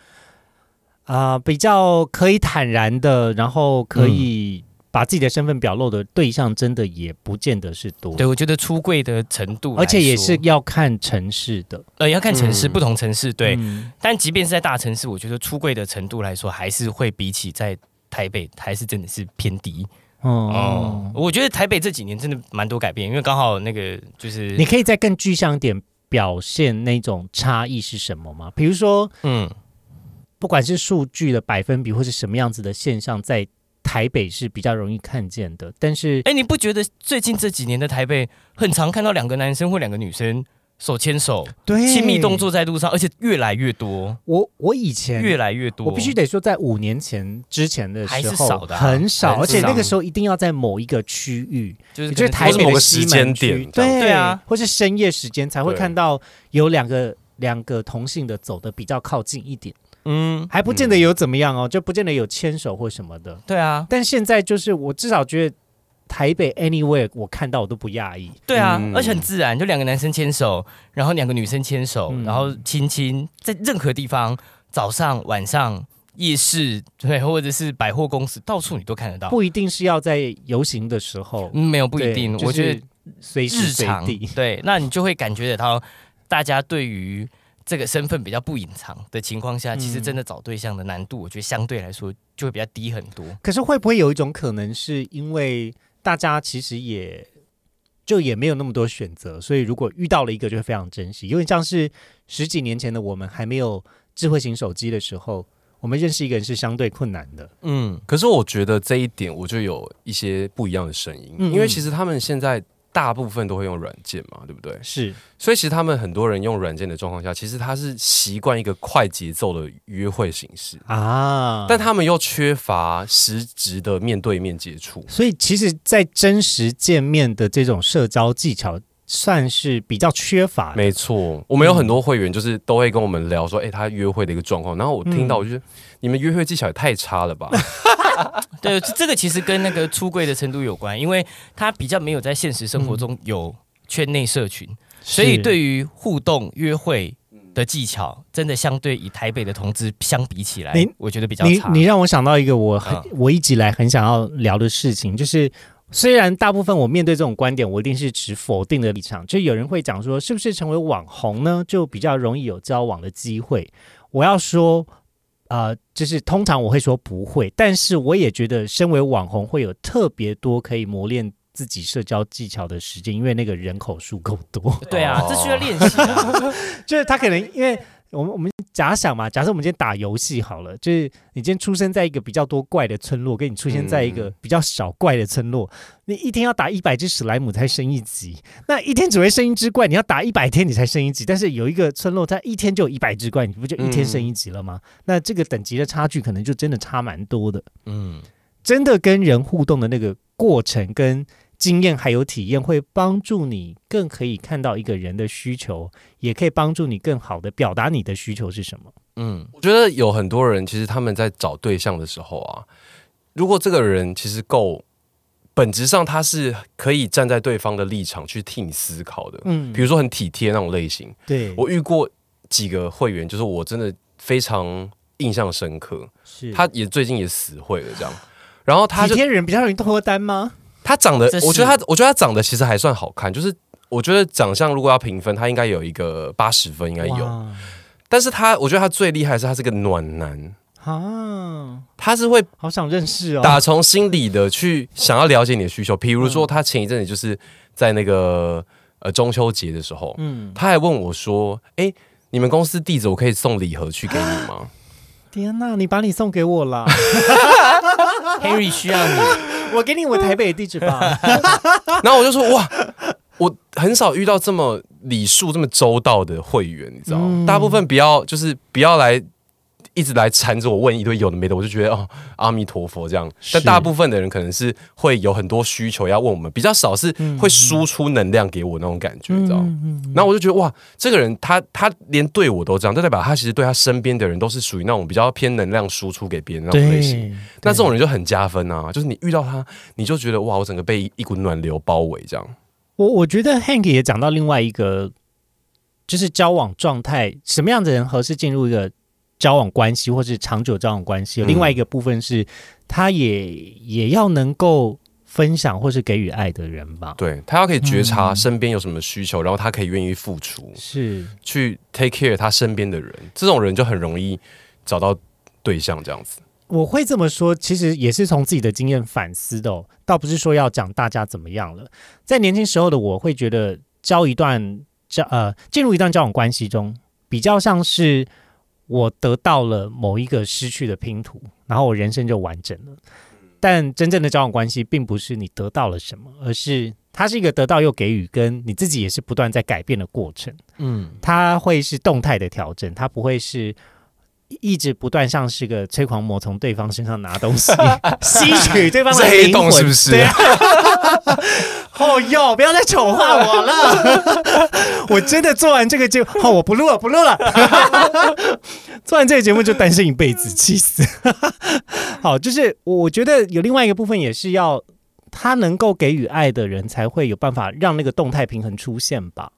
Speaker 1: 啊、比较可以坦然的，然后可以
Speaker 3: 嗯
Speaker 1: 把自己的身份表露的对象，真的也不见得是多，
Speaker 3: 对，我觉得出柜的程度来说，
Speaker 1: 而且也是要看城市的。
Speaker 3: 呃要看城市，
Speaker 2: 嗯
Speaker 3: 不同城市对。
Speaker 1: 嗯
Speaker 3: 但即便是在大城市，我觉得出柜的程度来说，还是会比起在台北，还是真的是偏低。哦
Speaker 1: 哦，，
Speaker 3: 我觉得台北这几年真的蛮多改变，因为刚好那个就是
Speaker 1: 嗯你可以再更具象一点表现那种差异是什么吗？比如说，
Speaker 3: 嗯，
Speaker 1: 不管是数据的百分比，或是什么样子的现象，在台北是比较容易看见的，但是
Speaker 3: 哎、你不觉得最近这几年的台北很常看到两个男生或两个女生手牵手
Speaker 1: 对
Speaker 3: 哎亲密动作在路上，而且越来越多，
Speaker 1: 我我以前
Speaker 3: 越来越多。
Speaker 1: 我必须得说，在五年前之前的时候
Speaker 3: 还是少的啊
Speaker 1: 很少，
Speaker 2: 很
Speaker 1: 而且
Speaker 2: 少
Speaker 1: 那个时候一定要在某一个区域，
Speaker 3: 就是
Speaker 1: 也
Speaker 3: 可
Speaker 1: 就是
Speaker 3: 能
Speaker 1: 台
Speaker 2: 或
Speaker 1: 北
Speaker 2: 是某
Speaker 1: 的
Speaker 2: 个
Speaker 1: 西
Speaker 2: 时
Speaker 1: 门
Speaker 2: 间
Speaker 1: 区
Speaker 2: 点，这
Speaker 1: 对
Speaker 2: 样
Speaker 3: 对啊，
Speaker 1: 或是深夜时间才会
Speaker 2: 对
Speaker 1: 看到有两个两个同性的走的比较靠近一点，
Speaker 3: 嗯，
Speaker 1: 还不见得有怎么样哦，就不见得有牵手或什么的。
Speaker 3: 对啊，
Speaker 1: 但现在就是我至少觉得台北 anywhere 我看到我都不讶异，
Speaker 3: 对啊，
Speaker 2: 嗯
Speaker 3: 而且很自然，就两个男生牵手，然后两个女生牵手，
Speaker 1: 嗯
Speaker 3: 然后亲亲，在任何地方，早上、晚上、夜市，对，或者是百货公司，到处你都看得到。
Speaker 1: 不一定是要在游行的时候，
Speaker 3: 哦嗯没有不一
Speaker 1: 对
Speaker 3: 定，
Speaker 1: 就是
Speaker 3: 我觉得
Speaker 1: 随时
Speaker 3: 日
Speaker 1: 随
Speaker 3: 常
Speaker 1: 地。
Speaker 3: 对，那你就会感觉得到，大家对于这个身份比较不隐藏的情况下，其实
Speaker 1: 嗯
Speaker 3: 真的找对象的难度，我觉得相对来说就会比较低很多。
Speaker 1: 可是会不会有一种可能，是因为大家其实也就也没有那么多选择，所以如果遇到了一个，就会非常珍惜。有点像是十几年前的我们还没有智慧型手机的时候，我们认识一个人是相对困难的。
Speaker 3: 嗯，
Speaker 2: 可是我觉得这一点我就有一些不一样的声音，
Speaker 1: 嗯
Speaker 2: 因为其实他们现在大部分都会用软件嘛，对不对？
Speaker 1: 是，
Speaker 2: 所以其实他们很多人用软件的状况下，其实他是习惯一个快节奏的约会形式，
Speaker 1: 啊，
Speaker 2: 但他们又缺乏实质的面对面接触。
Speaker 1: 所以其实，在真实见面的这种社交技巧，算是比较缺乏的。
Speaker 2: 没错，我们有很多会员就是都会跟我们聊说，哎、他约会的一个状况。然后我听到，我就觉得、你们约会技巧也太差了吧？
Speaker 3: 对，这这个其实跟那个出柜的程度有关，因为他比较没有在现实生
Speaker 1: 嗯
Speaker 3: 活中有圈内社群，所以
Speaker 1: 是
Speaker 3: 对于互动约会。的技巧真的相对以台北的同志相比起来
Speaker 1: 你，
Speaker 3: 我觉得比较
Speaker 1: 你
Speaker 3: 差。
Speaker 1: 你让我想到一个我很、
Speaker 3: 啊
Speaker 1: 我一直以来很想要聊的事情，就是虽然大部分我面对这种观点，我一定是持否定的立场，就有人会讲说，是不是成为网红呢，就比较容易有交往的机会？我要说。呃，就是通常我会说不会，但是我也觉得身为网红会有特别多可以磨练自己社交技巧的时间，因为那个人口数够多。
Speaker 3: 对啊，
Speaker 2: 哦
Speaker 3: 这需要练习啊。
Speaker 1: *laughs* 就是他可能因为我们我们假想嘛，假设我们今天打游戏好了，就是你今天出生在一个比较多怪的村落，跟你出现在一个
Speaker 2: 嗯
Speaker 1: 比较少怪的村落，你一天要打一百只史莱姆才升一级，那一天只会升一只怪，你要打一百天你才升一级，但是有一个村落它一天就有一百只怪，你不就一天升一级了吗？
Speaker 2: 嗯
Speaker 1: 那这个等级的差距可能就真的差蛮多的，
Speaker 3: 嗯，
Speaker 1: 真的跟人互动的那个过程跟。经验还有体验会帮助你更可以看到一个人的需求，也可以帮助你更好的表达你的需求是什么。
Speaker 3: 嗯，
Speaker 2: 我觉得有很多人其实他们在找对象的时候啊，如果这个人其实够，本质上他是可以站在对方的立场去替你思考的，
Speaker 1: 嗯
Speaker 2: 比如说很体贴那种类型。
Speaker 1: 对，
Speaker 2: 我遇过几个会员，就是我真的非常印象深刻，
Speaker 1: 是
Speaker 2: 他也最近也死会了这样。然后他
Speaker 1: 体
Speaker 2: 就
Speaker 1: 贴人比较容易脱单吗？
Speaker 2: 他长得
Speaker 3: 这，是
Speaker 2: 我觉得他，我觉得他长得其实还算好看，就是我觉得长相如果要评分，他应该有一个八十分，应该有。
Speaker 1: 哇
Speaker 2: 但是他，我觉得他最厉害的是他是个暖男，
Speaker 1: 啊，
Speaker 2: 他是会
Speaker 1: 好想认识哦。
Speaker 2: 打从心里的去想要了解你的需求。比如说，他前一阵子就是在那个呃中秋节的时候，
Speaker 1: 嗯，
Speaker 2: 他还问我说：“哎、你们公司地址我可以送礼盒去给你吗
Speaker 1: 天哪，你把你送给我啦，
Speaker 3: Henry 需要你，
Speaker 1: *laughs* 我给你我台北的地址 *laughs* 吧。？”
Speaker 2: 然后我就说：“哇，我很少遇到这么礼数这么周到的会员，你知道吗？
Speaker 1: 嗯
Speaker 2: 大部分不要就是不要来一直来缠着我问一堆有的没的，我就觉得哦，阿弥陀佛这样。
Speaker 1: 是
Speaker 2: 但大部分的人可能是会有很多需求要问我们，比较少是
Speaker 1: 嗯
Speaker 2: 会输出能量给我那种感觉，你知道吗？然后我就觉得哇，这个人他他连对我都这样，这代表他其实对他身边的人都是属于那种比较偏能量输出给别人那种类型。
Speaker 1: 对，
Speaker 2: 那这种人就很加分啊，就是你遇到他，你就觉得哇，我整个被一一股暖流包围这样。
Speaker 1: 我我觉得 Hank 也讲到另外一个，就是交往状态，什么样的人合适进入一个交往关系，或是长久交往关系？有
Speaker 2: 嗯
Speaker 1: 另外一个部分是，他也也要能够分享或是给予爱的人吧？
Speaker 2: 对他要可以觉察身边有什么需求，然后他可以愿意付出，
Speaker 1: 是，
Speaker 2: 去 take care 他身边的人，这种人就很容易找到对象这样子。
Speaker 1: 我会这么说，其实也是从自己的经验反思的、哦，倒不是说要讲大家怎么样了。在年轻时候的我会觉得，交一段交呃进入一段交往关系中，比较像是我得到了某一个失去的拼图，然后我人生就完整了。但真正的交往关系，并不是你得到了什么，而是它是一个得到又给予，跟你自己也是不断在改变的过程。
Speaker 2: 嗯，
Speaker 1: 它会是动态的调整，它不会是一直不断像是个催狂魔从对方身上拿东
Speaker 2: *laughs*
Speaker 1: 西，吸取对方的
Speaker 2: 是黑
Speaker 1: 灵
Speaker 2: 洞
Speaker 1: 魂
Speaker 2: 是不是
Speaker 1: 对啊 *laughs* 哦哟，不要再丑化我了！ *laughs* 我真的做完这个节目，好、我不录了，不录了。做完这个节目就单身一辈子，气死！ *laughs* 好，就是我我觉得有另外一个部分也是要他能够给予爱的人，才会有办法让那个动态平衡出现吧。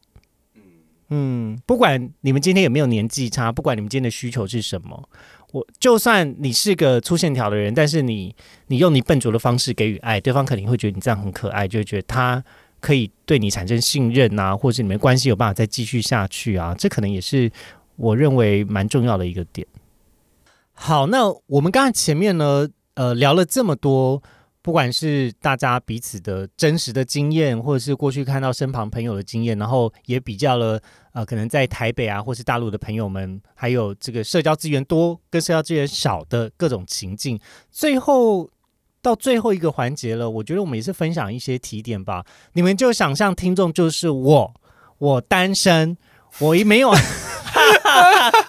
Speaker 1: 嗯，不管你们今天有没有年纪差，不管你们今天的需求是什么，我就算你是个粗线条的人，但是你你用你笨拙的方式给予爱，对方肯定会觉得你这样很可爱，就会觉得他可以对你产生信任啊，或者是你们关系有办法再继续下去啊，这可能也是我认为蛮重要的一个点。好，那我们刚才前面呢，呃，聊了这么多，不管是大家彼此的真实的经验，或者是过去看到身旁朋友的经验，然后也比较了呃，可能在台北啊，或是大陆的朋友们，还有这个社交资源多跟社交资源少的各种情境。最后到最后一个环节了，我觉得我们也是分享一些提点吧。你们就想象听众就是我，我单身，我也没有，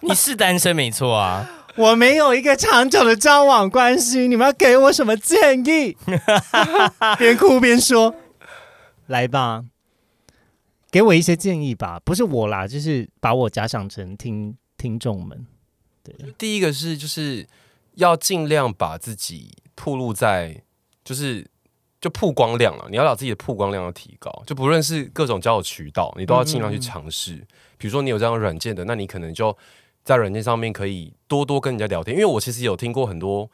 Speaker 3: 你是单身没错啊，
Speaker 1: 我没有一个长久的交往关系，你们要给我什么建议？ *laughs* 边哭边说，来吧，给我一些建议吧。不是我啦，就是把我假想成听听众们。
Speaker 2: 第一个是就是要尽量把自己暴露在，就是就曝光量啊，你要把自己的曝光量要提高，就不论是各种交友渠道，你都要尽量去尝试。比如说你有这样的软件的，那你可能就在软件上面可以多多跟人家聊天，因为我其实有听过很多。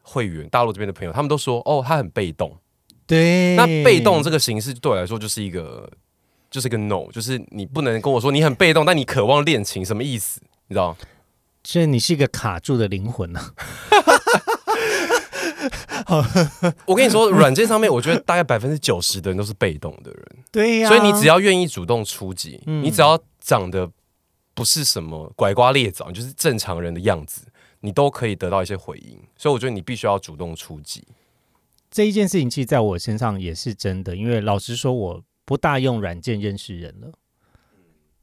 Speaker 2: 会员大陆这边的朋友，他们都说哦，他很被动。
Speaker 1: 对，
Speaker 2: 那被动这个形式对我来说就是一个，就是一个 no，就是你不能跟我说你很被动，但你渴望恋情，什么意思？你知道？
Speaker 1: 这你是一个卡住的灵魂啊！
Speaker 2: 我跟你说， *laughs* 软件上面我觉得大概百分之九十的人都是被动的人，
Speaker 1: 对呀、
Speaker 2: 所以你只要愿意主动出击，
Speaker 1: 嗯
Speaker 2: 你只要长得不是什么拐瓜裂枣，你就是正常人的样子，你都可以得到一些回应。所以我觉得你必须要主动出击。
Speaker 1: 这一件事情，其实在我身上也是真的，因为老实说，我不大用软件认识人了。
Speaker 2: 嗯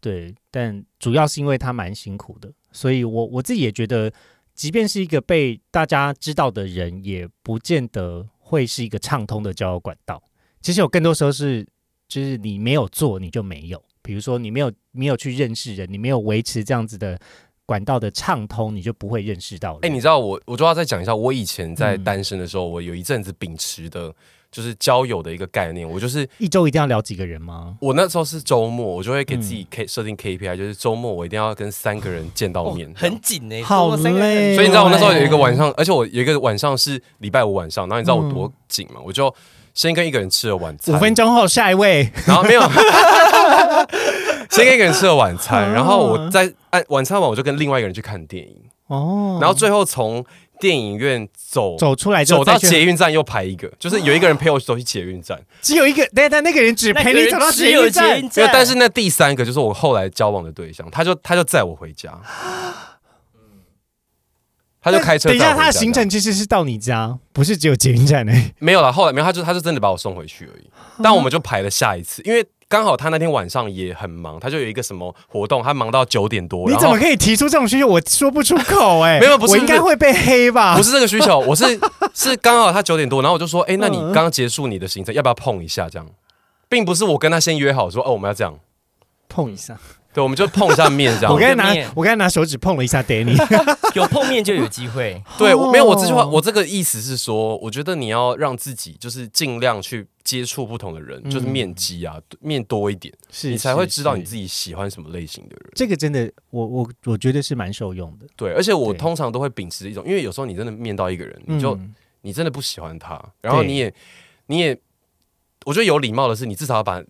Speaker 1: 对，但主要是因为他蛮辛苦的，所以我我自己也觉得，即便是一个被大家知道的人，也不见得会是一个畅通的交友管道。其实有更多时候是，就是你没有做，你就没有。比如说，你没有没有去认识人，你没有维持这样子的管道的畅通，你就不会认识到人。
Speaker 2: 哎、你知道我，我就要再讲一下，我以前在
Speaker 1: 嗯
Speaker 2: 单身的时候，我有一阵子秉持的就是交友的一个概念，我就是
Speaker 1: 一周一定要聊几个人吗？
Speaker 2: 我那时候是周末，我就会给自己 K 设定 KPI，就是周末我一定要跟三个人见到
Speaker 3: 哦
Speaker 2: 面，
Speaker 3: 很紧哎，
Speaker 1: 好累哦
Speaker 2: 所以你知道我那时候有一个晚
Speaker 1: 哎
Speaker 2: 上，而且我有一个晚上是礼拜五晚上，然后你知道我多紧嘛，我就先跟一个人吃了晚
Speaker 1: 嗯
Speaker 2: 餐，
Speaker 1: 五分，钟后下一位。
Speaker 2: 然后
Speaker 1: *laughs*
Speaker 2: 没有，先跟一个人吃了晚餐，
Speaker 1: 嗯
Speaker 2: 然后我在按晚餐完我就跟另外一个人去看电影，
Speaker 1: 哦，
Speaker 2: 然后最后从电影院走。
Speaker 1: 走出来之
Speaker 2: 走
Speaker 1: 后
Speaker 2: 到
Speaker 1: 再去，哦
Speaker 2: 捷运站又排一个，就是有一个人陪我走去捷运站，
Speaker 1: 只有一个，但但那个人只陪你走到捷运站，
Speaker 2: 没有，但是那第三个就是我后来交往的对象，他就他就载我回
Speaker 1: *gasps*
Speaker 2: 家，他就开车载
Speaker 1: 等
Speaker 2: 我回家。
Speaker 1: 一下，他的行程其实是到你家，不是只有捷运站诶、欸
Speaker 2: 没有啦，后来没有，他就他就真的把我送回去而已。但我们就排了下一次，因为刚好他那天晚上也很忙，他就有一个什么活动，他忙到九点多。
Speaker 1: 你
Speaker 2: 然
Speaker 1: 怎
Speaker 2: 后
Speaker 1: 么可以提出这种需求？我说不出口哎、
Speaker 2: *laughs* 没有不是
Speaker 1: 我应该会被黑吧？
Speaker 2: 不是这个需求，我是 *laughs* 是刚好他九点多，然后我就说，哎、那你
Speaker 1: 嗯
Speaker 2: 刚刚结束你的行程，要不要碰一下？这样，并不是我跟他先约好说，哦，我们要这样，
Speaker 1: 碰一下，
Speaker 2: 对，我们就碰一下面这
Speaker 1: *laughs* 我
Speaker 2: 样
Speaker 1: 刚。才拿
Speaker 3: 我的面
Speaker 1: 我刚才拿手指碰了一下
Speaker 2: *laughs*
Speaker 1: Danny，
Speaker 3: *laughs* 有碰面就有机会。
Speaker 2: 对，我没有我这句话，
Speaker 1: 哦
Speaker 2: 我这个意思是说，我觉得你要让自己就是尽量去接触不同的人，就是面积啊，面多一点，
Speaker 1: 嗯是
Speaker 2: 你才会知道你
Speaker 1: 己。
Speaker 2: 自己喜欢什么类型的人。
Speaker 1: 这个真的，我我我觉得是蛮受用的。
Speaker 2: 对，而且我
Speaker 1: 对
Speaker 2: 通常都会秉持一种，因为有时候你真的面到一个人，你就
Speaker 1: 嗯
Speaker 2: 你真的不喜欢他，然后
Speaker 1: 对
Speaker 2: 你也你也，我觉得有礼貌的是，你至少要把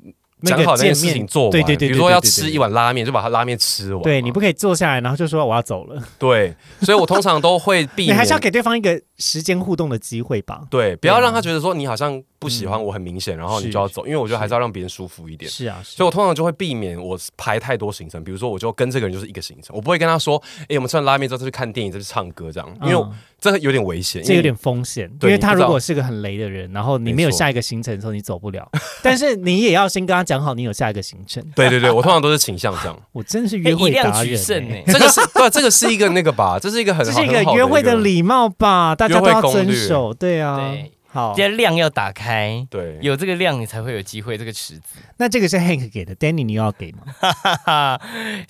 Speaker 1: 那
Speaker 2: 讲
Speaker 1: 个
Speaker 2: 好那
Speaker 1: 见
Speaker 2: 件
Speaker 1: 面
Speaker 2: 事情做完。
Speaker 1: 对对对，
Speaker 2: 比如说
Speaker 1: 对
Speaker 2: 要
Speaker 1: 对对
Speaker 2: 吃
Speaker 1: 对
Speaker 2: 一碗拉面，就把它拉面吃完嘛。
Speaker 1: 对你不可以坐下来，然后就说我要走了。
Speaker 2: 对，所以我通常都
Speaker 1: *laughs*
Speaker 2: 会避
Speaker 1: 你
Speaker 2: 免
Speaker 1: 还是要给对方一个时间互动的机会吧？
Speaker 2: 对，不要
Speaker 1: 对啊嗯
Speaker 2: 让他觉得说你好像不喜欢我很明显，然后你就要走，因为我觉得还是要让别人舒服一点。
Speaker 1: 是啊，是
Speaker 2: 所以我通常就会避免我排太多行程，比如说我就跟这个人就是一个行程，我不会跟他说，哎、我们吃完拉面之后再去看电影，再去唱歌这样，因为我、
Speaker 1: 嗯
Speaker 2: 这个有点危险，
Speaker 1: 这有
Speaker 2: 因为
Speaker 1: 点风险，因
Speaker 2: 对
Speaker 1: 为
Speaker 2: 你
Speaker 1: 他
Speaker 2: 不知
Speaker 1: 如
Speaker 2: 道
Speaker 1: 果是个很雷的人，然后你没有
Speaker 2: 没错
Speaker 1: 下一个行程的时候，你走不了。 *laughs* 但是你也要先跟他讲好，你有下一个行程。
Speaker 2: *laughs* 对对对，我通常都是倾向这样。
Speaker 1: 我真的是
Speaker 3: 哎
Speaker 1: 约
Speaker 3: 以
Speaker 1: 会达
Speaker 3: 量取
Speaker 1: 人
Speaker 3: 胜
Speaker 1: 欸、
Speaker 3: 呢、
Speaker 2: *laughs* 这个是对啊，这个是一个那个 *laughs* 吧，这是一个很
Speaker 1: 这
Speaker 2: 好
Speaker 1: 是一个
Speaker 2: 很好
Speaker 1: 约会
Speaker 2: 的
Speaker 1: 的
Speaker 2: 一个
Speaker 1: 礼貌吧？大家都
Speaker 2: 约
Speaker 1: 要
Speaker 2: 会攻
Speaker 1: 遵
Speaker 2: 略
Speaker 1: 守，对 *laughs* 啊
Speaker 3: 对。
Speaker 1: 好
Speaker 3: 这，些量要打开，
Speaker 2: 对，
Speaker 3: 有这个量你才会有机会。这个池子， *laughs*
Speaker 1: 那这个是 Hank 给的，Danny 你又要给吗？
Speaker 3: 哈哈，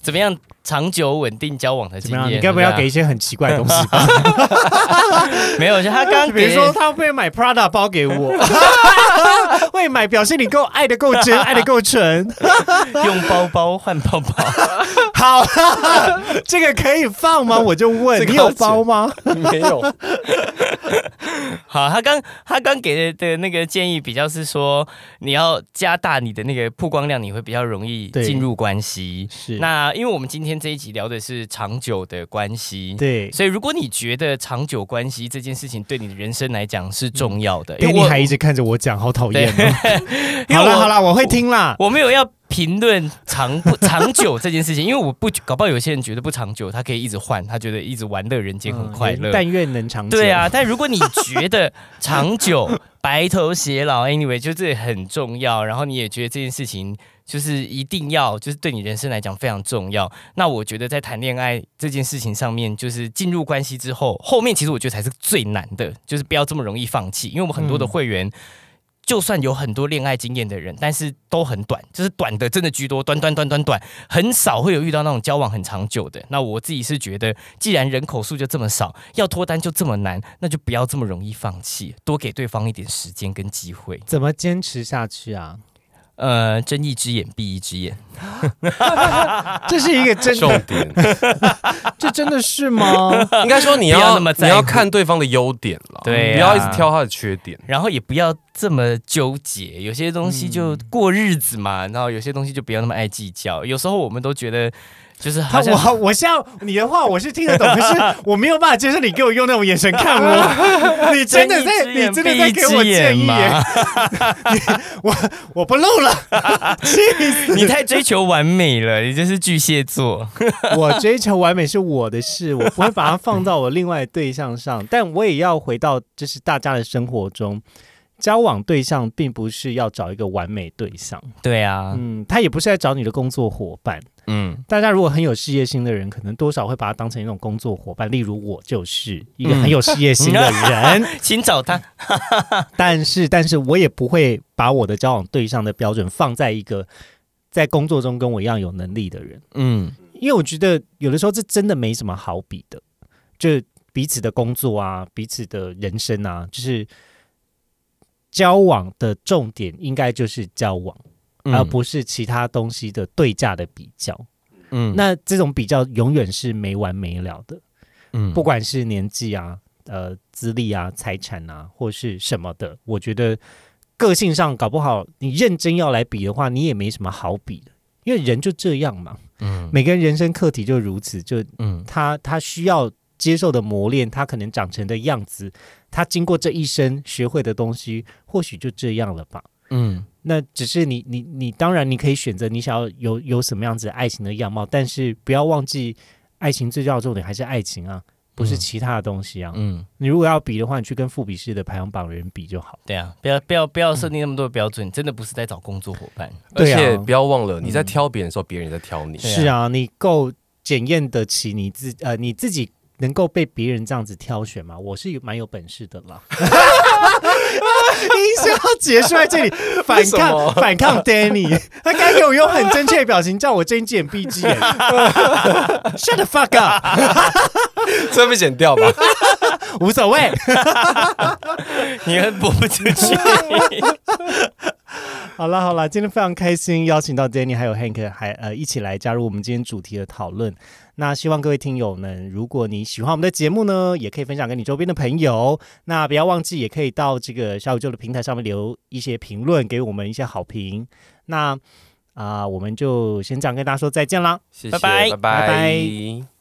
Speaker 3: 怎么样长久稳定交往的
Speaker 1: 怎
Speaker 3: 经
Speaker 1: 么样？
Speaker 3: 验？
Speaker 1: 你该不要给一
Speaker 3: 对
Speaker 1: 些很奇怪的东西
Speaker 2: *laughs*
Speaker 1: 吧？
Speaker 3: 啊？没有，就他刚刚
Speaker 1: *laughs* 比
Speaker 3: 给
Speaker 1: 如说，他会买 Prada 包给我， *laughs* 会买表示你够爱的够真，爱的够纯。
Speaker 3: 用包包换包包，
Speaker 1: 好 *laughs* 啦，这个可以放吗？我就问
Speaker 2: 这个
Speaker 1: 你有包吗？
Speaker 2: *laughs* 没有，
Speaker 3: 好，他刚他刚给的的那个建议比较是说，你要加大你的那个曝光量，你会比较容易
Speaker 1: 对
Speaker 3: 进入关系。
Speaker 1: 是
Speaker 3: 那因为我们今天这一集聊的是长久的关系，
Speaker 1: 对，
Speaker 3: 所以如果你觉得长久关系这件事情对你的人生来讲是重要的，因
Speaker 1: 但
Speaker 3: 为
Speaker 1: 嗯你
Speaker 3: 我
Speaker 1: 还一直看着我讲，好讨厌
Speaker 3: 对
Speaker 1: 哦。
Speaker 3: 因为
Speaker 1: 好啦
Speaker 3: 我
Speaker 1: 好啦，我会听啦。
Speaker 3: 我没有要评论长 *laughs* 不长久这件事情，因为我不搞不好有些人觉得不长久，他可以一直换，他觉得一直玩乐人间很快乐。
Speaker 1: 嗯但愿能长久。
Speaker 3: 对，啊，但如果你觉得长久、白头偕老，anyway，就这很重要。然后你也觉得这件事情就是一定要，就是对你人生来讲非常重要。那我觉得在谈恋爱这件事情上面，就是进入关系之后，后面其实我觉得才是最难的，就是不要这么容易放弃。因为我们很多的
Speaker 1: 嗯
Speaker 3: 会员，就算有很多恋爱经验的人，但是都很短，就是短的真的居多，短短短短短，很少会有遇到那种交往很长久的。那我自己是觉得，既然人口数就这么少，要脱单就这么难，那就不要这么容易放弃，多给对方一点时间跟机会。
Speaker 1: *laughs* 怎么坚持下去啊？
Speaker 3: 呃，睁一只眼闭一只眼，
Speaker 1: 这是
Speaker 3: *laughs*
Speaker 1: 一个真
Speaker 2: 重
Speaker 1: 的，
Speaker 2: 点
Speaker 1: 这真的是吗？
Speaker 2: 应该说你
Speaker 3: 不要
Speaker 2: 要
Speaker 3: 那么在
Speaker 2: 你
Speaker 3: 乎
Speaker 2: 要看对方的优点了，
Speaker 3: 对啊
Speaker 2: 不要一直挑他的缺点。
Speaker 3: 然后也不要这么纠结，有些东西就过日子嘛，然后有些东西就不要那么爱计较。有时候我们都觉得，就是
Speaker 1: 他
Speaker 3: 好 *laughs* 像
Speaker 1: 我我像你的话，我是听得懂，可
Speaker 3: *laughs*
Speaker 1: 是我没有办法接受你给我用那种眼神看我。你真的在，
Speaker 3: 睁一只
Speaker 1: 你
Speaker 3: 眼
Speaker 1: 真的在
Speaker 3: 闭一
Speaker 1: 给我
Speaker 3: 只眼
Speaker 1: 建议
Speaker 3: 嘛
Speaker 1: 耶， *laughs* 我我不录了。
Speaker 3: 你太追求完美了，你就是巨蟹座。
Speaker 1: *laughs* 我追求完美是我的事，我不会把它放到我另外的对象上，但我也要回到就是大家的生活中。交往对象并不是要找一个完美对象，
Speaker 3: 对啊，
Speaker 1: 嗯，他也不是在找你的工作伙伴。
Speaker 3: 嗯，
Speaker 1: 大家如果很有事业心的人，可能多少会把他当成一种工作伙伴。例如我就是一个很有事业心的人，
Speaker 3: 请找他。
Speaker 1: 但是但是我也不会把我的交往对象的标准放在一个在工作中跟我一样有能力的人。
Speaker 3: 嗯，
Speaker 1: 因为我觉得有的时候这真的没什么好比的，就彼此的工作啊，彼此的人生啊，就是交往的重点应该就是交往，
Speaker 3: 啊
Speaker 1: 而不是其他东西的对价的比较。
Speaker 3: 嗯
Speaker 1: 那这种比较永远是没完没了的，
Speaker 3: 嗯
Speaker 1: 不管是年纪啊、呃、资历啊、财产啊，或是什么的，我觉得个性上搞不好，你认真要来比的话，你也没什么好比的，因为人就这样嘛。
Speaker 3: 嗯
Speaker 1: 每个人人生课题就如此，就
Speaker 3: 嗯
Speaker 1: 他他需要接受的磨练，他可能长成的样子，他经过这一生学会的东西，或许就这样了吧。
Speaker 3: 嗯
Speaker 1: 那只是你你你，当然你可以选择你想要有有什么样子的爱情的样貌，但是不要忘记，爱情最重要的重点还是爱情啊。不是其他的东西啊。
Speaker 3: 嗯，
Speaker 1: 你如果要比的话，你去跟富比士的排行榜的人比就好。
Speaker 3: 对啊，不要不要不要设定那么多标准，真的不是在找工作伙伴。
Speaker 2: 而
Speaker 1: 对啊
Speaker 2: 且不要忘了，你在
Speaker 1: 嗯
Speaker 2: 挑别人的时候，别人也在挑你。
Speaker 3: 对啊
Speaker 1: 是啊，你够检验得起你自呃你自己。能够被别人这样子挑选吗？我是蛮有本事的
Speaker 3: *laughs*
Speaker 1: 啦。音效结束在这里，反
Speaker 2: 为什
Speaker 1: 抗
Speaker 2: 么
Speaker 1: 反抗
Speaker 3: *laughs*
Speaker 1: Danny，他刚给我用很正确的表情叫我睁只眼 *laughs* 闭只眼。Shut the fuck up，
Speaker 2: *laughs* 这被剪掉吧。
Speaker 1: *laughs* 无所谓。
Speaker 3: *laughs* 你很播不出去。
Speaker 1: *laughs* 好了好了，今天非常开心，邀请到 Danny 还有 Hank 还呃一起来加入我们今天主题的讨论。那希望各位听友们，如果你喜欢我们的节目呢，也可以分享给你周边的朋友。那不要忘记，也可以到这个小宇宙的平台上面留一些评论，给我们一些好评。那啊、我们就先这样跟大家说再见啦。
Speaker 2: 谢谢，
Speaker 3: 拜拜
Speaker 1: 拜
Speaker 2: 拜拜